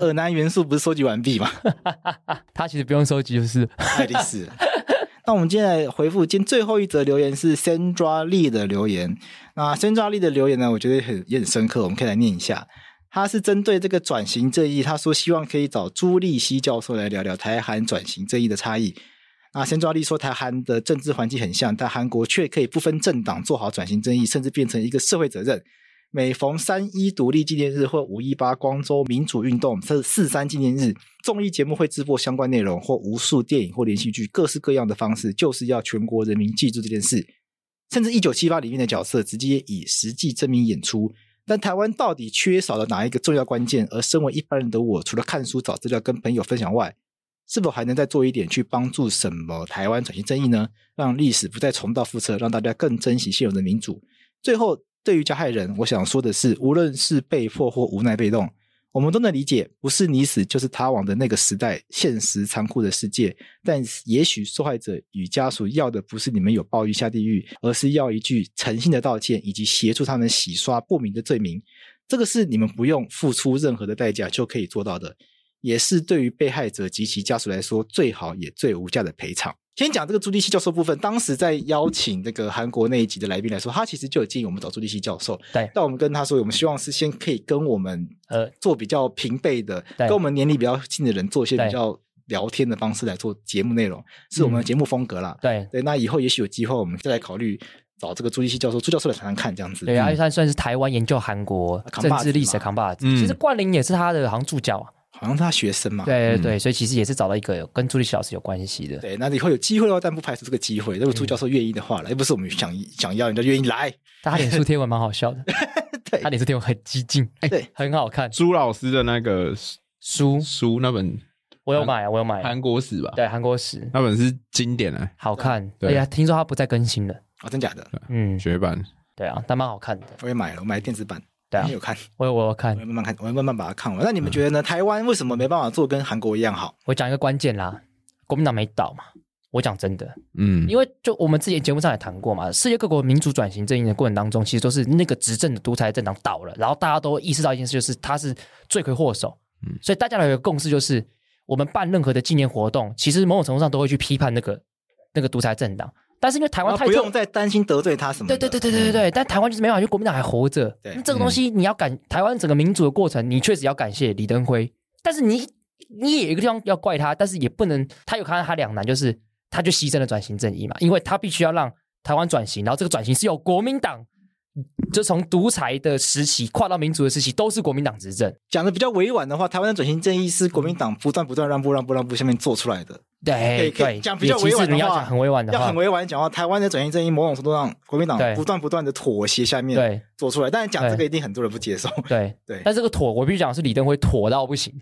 耳男元素不是收集完毕吗？他其实不用收集，就是爱丽丝。 *laughs* 那我们接下来回复今天最后一则留言是 Sandra Lee 的留言。那 Sandra Lee 的留言呢，我觉得很也很深刻，我们可以来念一下。他是针对这个转型正义，他说希望可以找朱立熙教授来聊聊台韩转型正义的差异。那 Sandra Lee 说，台韩的政治环境很像，但韩国却可以不分政党做好转型正义，甚至变成一个社会责任。每逢三一独立纪念日或五一八光州民主运动四四三纪念日，综艺节目会直播相关内容或无数电影或连续剧，各式各样的方式，就是要全国人民记住这件事。甚至一九七八里面的角色直接以实际证明演出。但台湾到底缺少了哪一个重要关键？而身为一般人的我，除了看书、找资料、跟朋友分享外，是否还能再做一点去帮助什么台湾转型正义呢？让历史不再重蹈覆辙，让大家更珍惜现有的民主。最后，对于加害人，我想说的是，无论是被迫或无奈被动，我们都能理解，不是你死就是他亡的那个时代，现实残酷的世界。但也许受害者与家属要的不是你们有暴力下地狱，而是要一句诚信的道歉，以及协助他们洗刷不明的罪名。这个是你们不用付出任何的代价就可以做到的，也是对于被害者及其家属来说最好也最无价的赔偿。先讲这个朱立熙教授部分，当时在邀请这个韩国那一集的来宾来说，他其实就有建议我们找朱立熙教授，对但我们跟他说，我们希望是先可以跟我们呃做比较平辈的，对跟我们年龄比较近的人做一些对嗯比较聊天的方式来做节目内容，是我们的节目风格啦。对对，那以后也许有机会，我们再来考虑找这个朱立熙教授、朱教授来谈谈看，这样子。对啊，因为他算是台湾研究韩国嗯扛把政子治历史的嘛扛把子。嗯其实冠霖也是他的好像助教啊，好像是他学生嘛。对对对，所以其实也是找到一个有跟朱立奇老师有关系的。嗯对，那以后有机会的话，但不排除这个机嗯会。如果朱教授愿意的话啦，又哎不是我们想想要，人家愿意来。，但他脸书贴文蛮好笑的 *laughs* 对他脸书贴文很激进，哎对，很好看。朱老师的那个书书那本我有买啊，我有买啊，韩国史吧，对韩国史那本是经典哎、好看，对哎呀，听说他不再更新了。啊，真假的？嗯，绝版。对啊，但蛮好看的。我也买了，我买电子版，对啊你，有看？我有我有看我。会慢慢看，我会慢慢把它看完。那你们觉嗯得呢？台湾为什么没办法做跟韩国一样好？我讲一个关键啦，国民党没倒嘛。我讲真的，嗯，因为就我们之前节目上也谈过嘛，世界各国民主转型阵营的过程当中，其实都是那个执政的独裁政党倒了，然后大家都意识到一件事，就是他是罪魁祸首。嗯所以大家有一个共识，就是我们办任何的纪念活动，其实某种程度上都会去批判那个那个独裁政党。但是因为台湾啊太不特用再担心得罪他什么对的。对对对对对对，但台湾就是没办法，因为国民党还活着。对那这个东西你要感，台湾整个民主的过程，你确实要感谢李登辉，但是你你也有一个地方要怪他，但是也不能，他有看到他两难，就是他就牺牲了转型正义嘛，因为他必须要让台湾转型，然后这个转型是由国民党。就从独裁的时期跨到民主的时期，都是国民党执政。讲的比较委婉的话，台湾的转型正义是国民党不断不断让步、让步、让步下面做出来的。对可以可以对，讲比较也其实委婉的你要话讲很委婉的要话，很委婉地讲话，台湾的转型正义某种程度上，国民党对不断不断的妥协下面对做出来，但是讲这个对一定很多人不接受，对对但这个妥，我必须讲是李登辉妥到不行，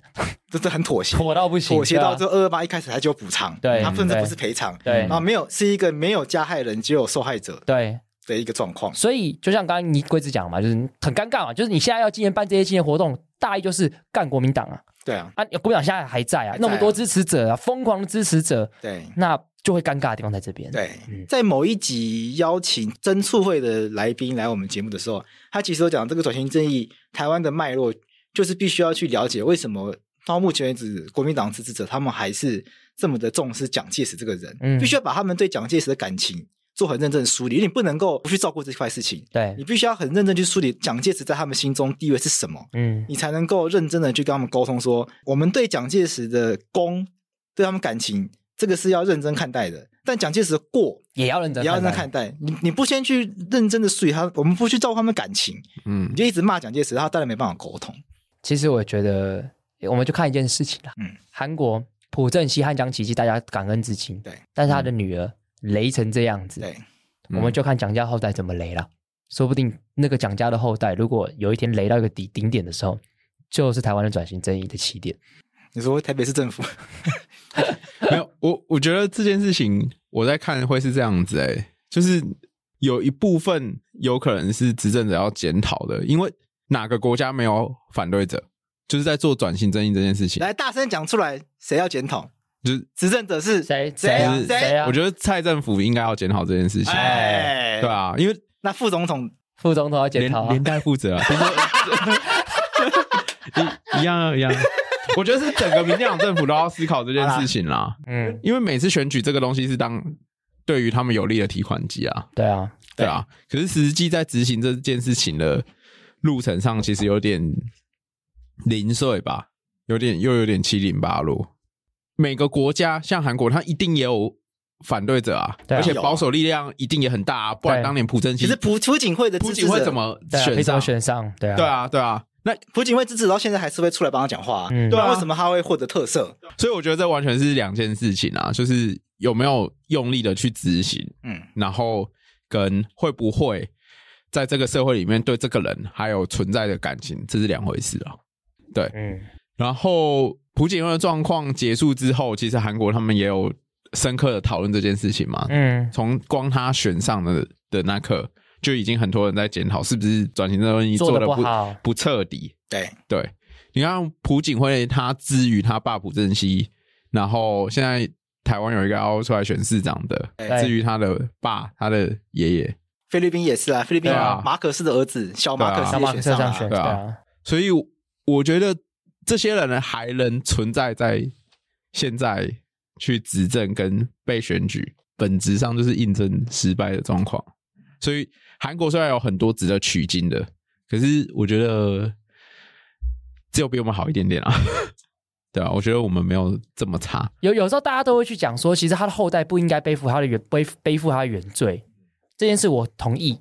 这是很妥协，妥到不行，妥协对啊到这啊二二八一开始还就有补偿，对他甚至对不是赔偿，对然后没有是一个没有加害人只有受害者对，的一个状况，所以就像刚刚你龟子讲嘛，就是很尴尬嘛，就是你现在要今年办这些纪念活动，大意就是干国民党啊，对啊，啊，国民党现在还在啊，还在啊那么多支持者啊，疯狂的支持者，对那就会尴尬的地方在这边。，对嗯，在某一集邀请曾促会的来宾来我们节目的时候，他其实有讲这个转型正义台湾的脉络，就是必须要去了解为什么到目前为止国民党支持者他们还是这么的重视蒋介石这个人，嗯必须要把他们对蒋介石的感情做很认真的梳理，因为你不能够不去照顾这块事情，对你，必须要很认真去梳理蒋介石在他们心中地位是什么，嗯，你才能够认真的去跟他们沟通说，我们对蒋介石的功，对他们感情，这个是要认真看待的。但蒋介石的过也要认真，也要认真看，待，你你不先去认真的梳理他，我们不去照顾他们感情，嗯你，就一直骂蒋介石，他当然没办法沟通。其实我觉得，我们就看一件事情啦。嗯韩国朴正熙和江启基，大家感恩至今。对，但是他的女儿雷成这样子，对，我们就看蒋家后代怎么雷了。说不定那个蒋家的后代，如果有一天雷到一个顶顶点的时候，就是台湾的转型正义的起点。你说台北市政府，没有，我我觉得这件事情我在看会是这样子、欸，就是有一部分有可能是执政者要检讨的，因为哪个国家没有反对者，就是在做转型正义这件事情。来大声讲出来，谁要检讨？就是执政者是谁谁啊啊？谁谁啊？我觉得蔡政府应该要检讨这件事情，哎，对啊，因为那副总统副总统要检连讨啊连带负责啊，听说 *laughs* 一一样啊一样啊。我觉得是整个民进党政府都要思考这件事情啦，嗯，因为每次选举这个东西是当对于他们有利的提款机啊。对啊，对啊，可是实际在执行这件事情的路程上，其实有点零碎吧，有点又有点七零八落。每个国家像韩国，它一定也有反对者啊，对啊而且保守力量一定也很大啊，不然对当年朴正熙其实朴朴槿惠的朴支持槿惠者，怎么对啊，凭什选上？么选上？对啊，对，啊，对啊。那朴槿惠支持到现在还是会出来帮他讲话、啊，嗯不然对啊为什么他会获得特色？所以我觉得这完全是两件事情啊，就是有没有用力的去执行，嗯，然后跟会不会在这个社会里面对这个人还有存在的感情，这是两回事啊。嗯，然后朴槿惠的状况结束之后，其实韩国他们也有深刻的讨论这件事情嘛。嗯，从光他选上的的那刻，就已经很多人在检讨是不是转型正义做做得的不不好不彻底。对，对，你看朴槿惠她之于她爸朴正熙，然后现在台湾有一个要出来选市长的，哎至于他的爸、他的爷爷，菲律宾也是啊，菲律宾对啊马可斯的儿子小马可对啊斯小也马克选思上了、上选，对对啊啊，所以我觉得这些人呢还能存在在现在去执政跟被选举，本质上就是印证失败的状况。所以韩国虽然有很多值得取经的，可是我觉得只有比我们好一点点啊。 *laughs* 对啊，我觉得我们没有这么差。有有时候大家都会去讲说，其实他的后代不应该背负他的原背背负他的原罪，这件事我同意。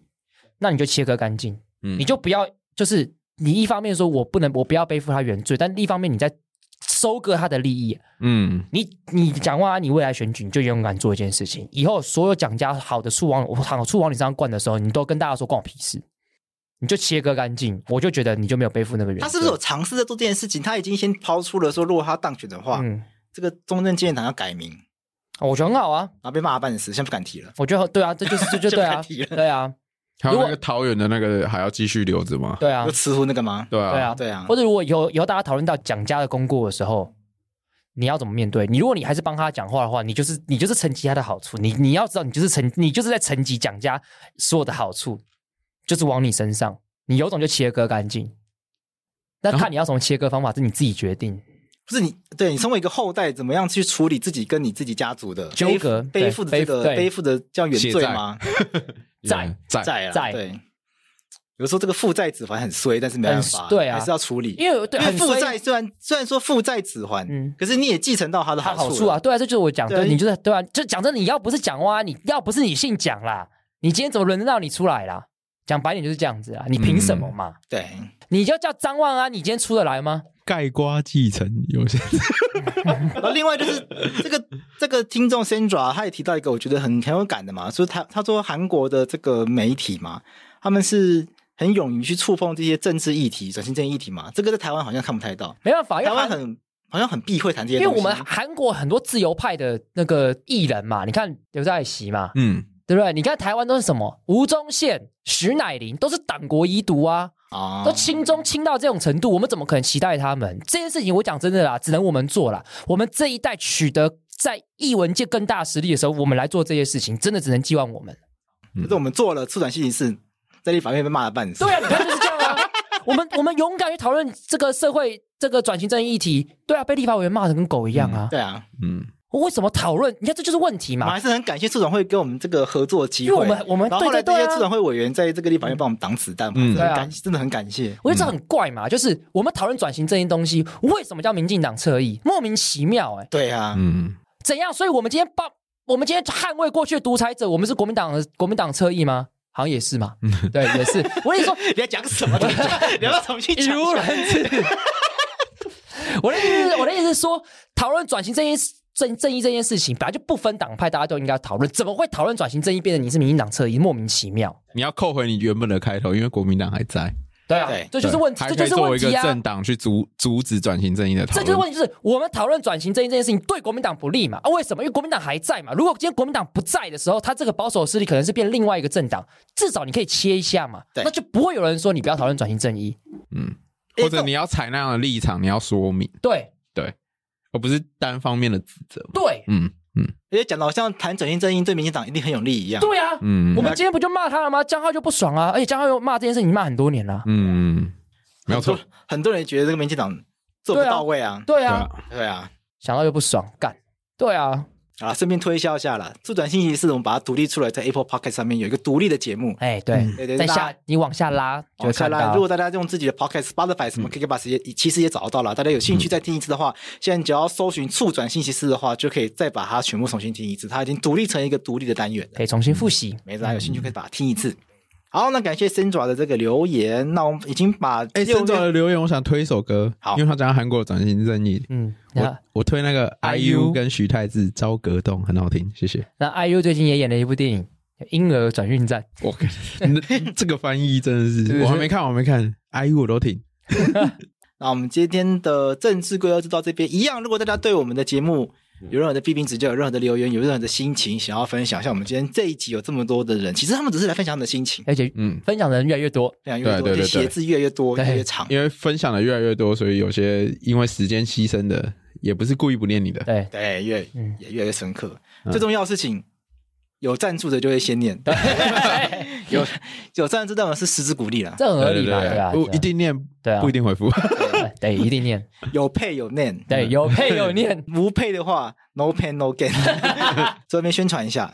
那你就切割干净，嗯你就不要就是你一方面说我不能我不要背负他原罪，但另一方面你在收割他的利益。嗯你你讲话，你未来选举你就勇敢做一件事情，以后所有蒋家好的醋往我好醋往你身上灌的时候，你都跟大家说关我屁事，你就切割干净，我就觉得你就没有背负那个原罪。他是不是有尝试在做这件事情？他已经先抛出了说，如果他当选的话，嗯，这个中正纪念堂要改名，然我觉得很好啊，后被骂半死，现在不敢提了。我觉得对啊，这就是这就对啊， *laughs* 就不提了对啊，还有如那果个桃园的那个还要继续留着吗？对啊 *laughs* 就，吃乎那个吗？对啊，对啊，对啊或者如果有以后大家讨论到蒋家的功过的时候，你要怎么面对？你如果你还是帮他讲话的话，你就是你就是承袭他的好处，你你要知道，你就是承你就是在承袭蒋家所有的好处，就是往你身上，你有种就切割干净。那然后看你要什么切割方法，是你自己决定。不是你，对你身为一个后代，怎么样去处理自己跟你自己家族的纠背葛对背负的这个背对背负的叫原罪吗？在在债啊，债对。有时候这个负债指环很衰，但是没办法，很对啊还是要处理。因为对因为很负衰债虽然虽然说负债指环，嗯可是你也继承到他的他好处处啊，了。对啊，这就是我讲，对对，你就是对啊，就讲真的，你要不是蒋哇，你要不是你姓蒋啦，你今天怎么轮得到你出来啦？讲白点就是这样子啊，你凭什嗯么嘛？对，你就叫张万安，你今天出得来吗？盖瓜继承有些然后另外就是 *laughs* 这个这个听众 Sandra，他也提到一个我觉得很很有感的嘛，就是他他说韩国的这个媒体嘛，他们是很勇于去触碰这些政治议题、转型正义议题嘛，这个在台湾好像看不太到，没办法，因台为湾韩很好像很避讳谈这些因为东西，我们韩国很多自由派的那个艺人嘛，你看刘在熙嘛，嗯，对不对？你看台湾都是什么吴宗宪、徐乃麟，都是党国遗毒啊，啊都亲中亲到这种程度，我们怎么可能期待他们？这件事情我讲真的啦，只能我们做啦。我们这一代取得在艺文界更大实力的时候，我们来做这些事情，真的只能寄望我们。就是我们做了促转性事，在立法院被骂了半死。对啊，你看就是这样 *laughs* 啊。我们我们勇敢去讨论这个社会这个转型正义议题，对啊，被立法委员骂的跟狗一样啊。对啊，嗯，我为什么讨论？你看这就是问题我们嘛。还是很感谢处长会给我们这个合作的机因为会。我们我们然后后对来对这对些啊处长会委员在这个立法院帮我们挡子弹嘛，真嗯的很对啊感真的很感谢。我觉得这很怪嘛，就是我们讨论转型这件东西，为什么叫民进党侧翼？莫名其妙哎、对啊，嗯，怎样？所以我们今天报，我们今天捍卫过去的独裁者，我们是国民党的国民党侧翼吗？好像也是嘛，嗯对，也是。我跟你说， *laughs* 你在讲什么？你要重新讲。 *laughs* 我的意思是，我的意思是说，讨论转型这件事。正正义这件事情本来就不分党派，大家都应该讨论，怎么会讨论转型正义变成你是民进党侧翼？莫名其妙。你要扣回你原本的开头，因为国民党还在，对啊对，这就是问题，还这可就以是作为问一个题啊！政党去阻阻止转型正义的讨这论。就是问题，就是我们讨论转型正义这件事情对国民党不利嘛？啊，为什么？因为国民党还在嘛。如果今天国民党不在的时候，他这个保守势力可能是变另外一个政党，至少你可以切一下嘛，对那就不会有人说你不要讨论转型正义。哎或者你要采那样的立场，你要说明，对而不是单方面的指责。对嗯因为讲的好像谈转型正义对民进党一定很有利一样。对啊，嗯我们今天不就骂他了吗？江浩就不爽啊，而且江浩又骂这件事情骂很多年了、啊嗯，没有错很。多，很多人觉得这个民进党做不对啊到位啊。对对啊啊，，对啊，想到又不爽，干。对啊，啊，顺便推销一下啦，促转星期四我们把它独立出来，在 Apple Podcast 上面有一个独立的节目。哎，对，对对，再大家下你往下拉就会往嗯下看拉，到哦如果大家用自己的 Podcast、Spotify 什么 KKBox 嗯也其实也找得到了。大家有兴趣再听一次的话，现在只要搜寻“促转信息室”的话，就可以再把它全部重新听一次。它已经独立成一个独立的单元了。可以重新复习。没大家有兴趣可以把它听一嗯次。好，那感谢 Sandra 的这个留言。那我们已经把哎，六郑总月的留言，我想推一首歌，好因为他讲到韩国的转型正义。嗯，我那我推那个 IU IU 跟徐太志《朝格洞》，很好听，谢谢。那 IU 最近也演了一部电影《婴儿转运站》，我 *laughs* 这个翻译 *laughs* 真的对是，我还没看，我还没看 IU 我都听。那我们今天的政治规划就到这边。一样，如果大家对我们的节目嗯有任何的批评指教，有任何的留言，有任何的心情想要分享，像我们今天这一集有这么多的人，其实他们只是来分享他们的心情，而且嗯，分享的人越来越多。分享越多，对对对就对写字越来越多，越对来越长。因为分享的越来越多，所以有些因为时间牺牲的，也不是故意不念你的。对，对，越嗯也越来越深刻。最重要的事情，有赞助的就会先念，有有赞助当然是实质鼓励了，这很合理嘛，对对吧？不一定念，对啊不一定回 *laughs* 复。对 *laughs* 对，一定 *laughs* 念，有配有念，。对，有配有念无配的话，no pain no gain。这边宣传一下，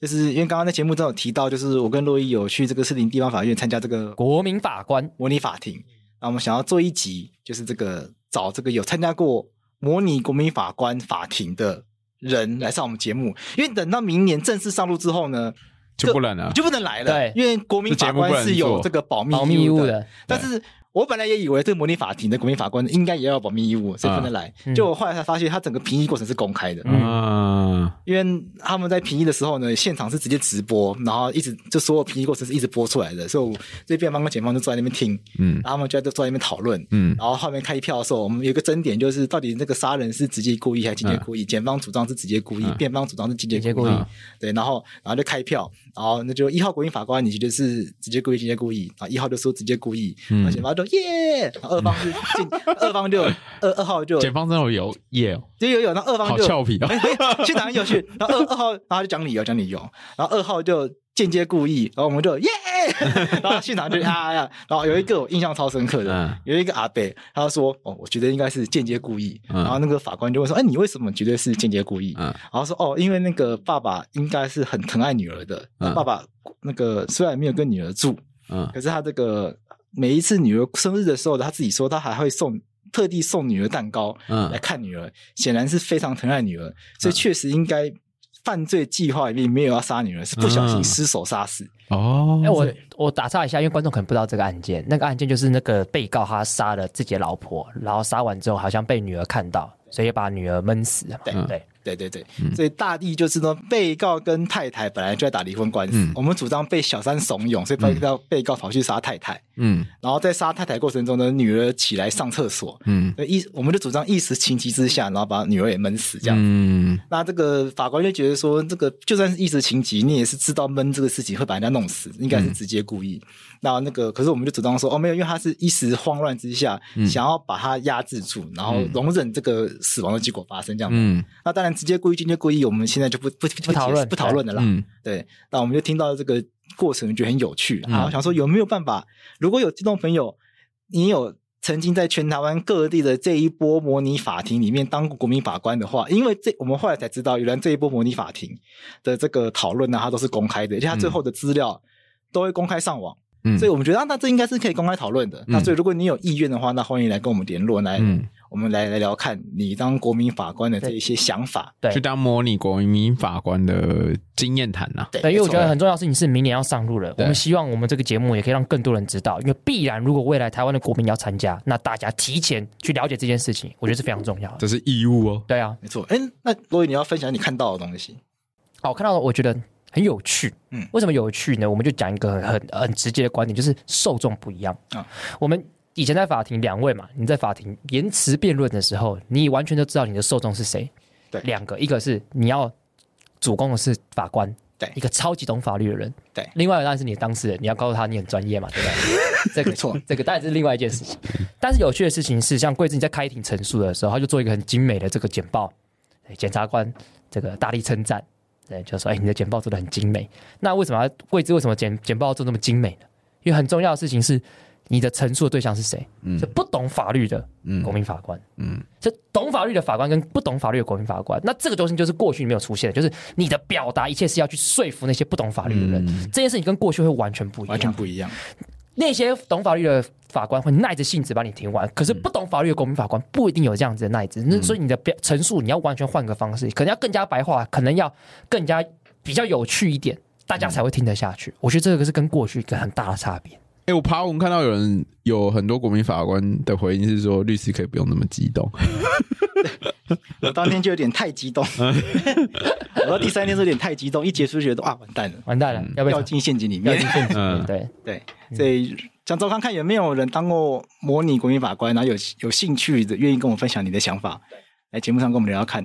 就是因为刚刚在节目中有提到，就是我跟洛伊有去这个士林地方法院参加这个 *laughs* 国民法官，模拟法庭，那我们想要做一集，就是这个找这个有参加过模拟国民法官法庭的人来上我们节目，因为等到明年正式上路之后呢，就不啊能了你就不能来了，啊对因为国民法官是有这个保密保密义务务的。但是我本来也以为这个模拟法庭的国民法官应该也要有保密义务，所以不能来。嗯就我后来才发现，他整个评议过程是公开的，嗯啊，因为他们在评议的时候呢，现场是直接直播，然后一直就所有评议过程是一直播出来的，所以我所以辩方跟检方就坐在那边听，嗯然后他们就在坐在那边讨论。嗯然后后面开票的时候，我们有一个争点，就是到底那个杀人是直接故意还是间接故意？检方主张是直接故意，嗯辩方主张是间接直接故故意意。嗯对，然后然后就开票，然后那就一号国民法官，你觉得是直接故意、间接故意？然后一号就说直接故意，嗯而且方就耶，然后二方就进，二方就二二号就检方真的有耶，就有有，然后二方好就哎俏皮哦。去哪里有去，然后二二号，然后他就讲理由，讲理由，然后二号就间接故意，然后我们就耶， *laughs* 然后现场就啊呀，然后有一个我印象超深刻的，嗯有一个阿伯，他就说哦，我觉得应该是间接故意，嗯然后那个法官就会说，哎，你为什么觉得是间接故意？嗯然后说哦，因为那个爸爸应该是很疼爱女儿的，嗯爸爸那个虽然没有跟女儿住，嗯可是他这个每一次女儿生日的时候，他自己说他还会送特地送女儿蛋糕来嗯看女儿，显然是非常疼爱女儿，所以确实应该犯罪计划里面没有要杀女儿，是不小嗯心失手杀死。哦，哎，我我打岔一下，因为观众可能不知道这个案件。那个案件就是那个被告他杀了自己的老婆，然后杀完之后好像被女儿看到，所以把女儿闷死了嘛。对对，嗯对对对，嗯所以大意就是呢，被告跟太太本来就在打离婚官司嗯，我们主张被小三怂恿，所以被告被告跑去杀太太，嗯然后在杀太太过程中呢，女儿起来上厕所，嗯所以一我们就主张一时情急之下，然后把女儿也闷死这样。嗯那这个法官就觉得说，这个就算是一时情急，你也是知道闷这个事情会把人家弄死，应该嗯是直接故意。那那个，可是我们就主张说，哦，没有，因为他是一时慌乱之下，嗯想要把他压制住，然后容忍这个死亡的结果发生这样。嗯那当然，直接故意、间接故意，我们现在就不不不不讨论不讨论的啦。嗯对，那我们就听到这个过程，觉得很有趣，然后想说有没有办法，如果有听众朋友，你有曾经在全台湾各地的这一波模拟法庭里面当过国民法官的话，因为这我们后来才知道，原来这一波模拟法庭的这个讨论呢，它都是公开的，而且它最后的资料都会公开上网，嗯所以我们觉得啊，那这应该是可以公开讨论的。那所以如果你有意愿的话，那欢迎来跟我们联络，来、嗯，我们来来聊看你当国民法官的这一些想法。对去当模拟国民法官的经验谈啊呐。对对，因为我觉没得错很重要的事情是明年要上路了，我对们希望我们这个节目也可以让更多人知道，因为必然如果未来台湾的国民要参加，那大家提前去了解这件事情，我觉得是非常重要的。这是义务哦，对啊，没错。哎，那罗宇你要分享你看到的东西，好，我看到我觉得很有趣。嗯嗯，为什么有趣呢？我们就讲一个很很很直接的观点，就是受众不一样啊啊。我们以前在法庭两位嘛，你在法庭言辞辩论的时候，你完全都知道你的受众是谁。对两个，一个是你要主攻的是法官，对一个超级懂法律的人，对另外一个当然是你的当事人，你要告诉他你很专业嘛，对不 *laughs* 对？这个没错，这个当然是另外一件事情。但是有趣的事情是，像桂子你在开庭陈述的时候，他就做一个很精美的这个简报，哎检察官这个大力称赞，对，就说哎你的简报做的很精美。那为什么要桂枝为什么简简报做那么精美呢？因为很重要的事情嗯是你的陈述的对象是谁，是不懂法律的国民法官。嗯，是懂法律的法官跟不懂法律的国民法官。那这个东西就是过去没有出现的，就是你的表达一切是要去说服那些不懂法律的人。嗯这件事情跟过去会完全不一完全样。不一样。那些懂法律的法官会耐着性子把你听完，可是不懂法律的国民法官不一定有这样子的耐子。那所以你的表陈述你要完全换个方式，可能要更加白话，可能要更加比较有趣一点，大家才会听得下去。我觉得这个是跟过去一个很大的差别。哎、我爬文看到有人有很多国民法官的回应是说，律师可以不用那么激动。我当天就有点太激动， *laughs* 我到第三天是有点太激动，一结束就觉得哇完蛋了，完蛋了，要被掉进陷阱里要面进。陷阱嗯了。 *laughs* 对，对，所以想周看看有没有人当过模拟国民法官，然后有有兴趣的，愿意跟我分享你的想法，来节目上跟我们聊聊看，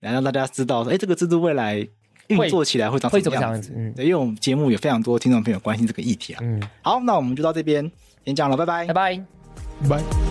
来让大家知道说，哎，这个制度未来运作起来会长会什怎么样样子嗯对，因为我们节目有非常多听众朋友关心这个议题啊。嗯，好，那我们就到这边，先这样了，拜拜拜。拜。拜。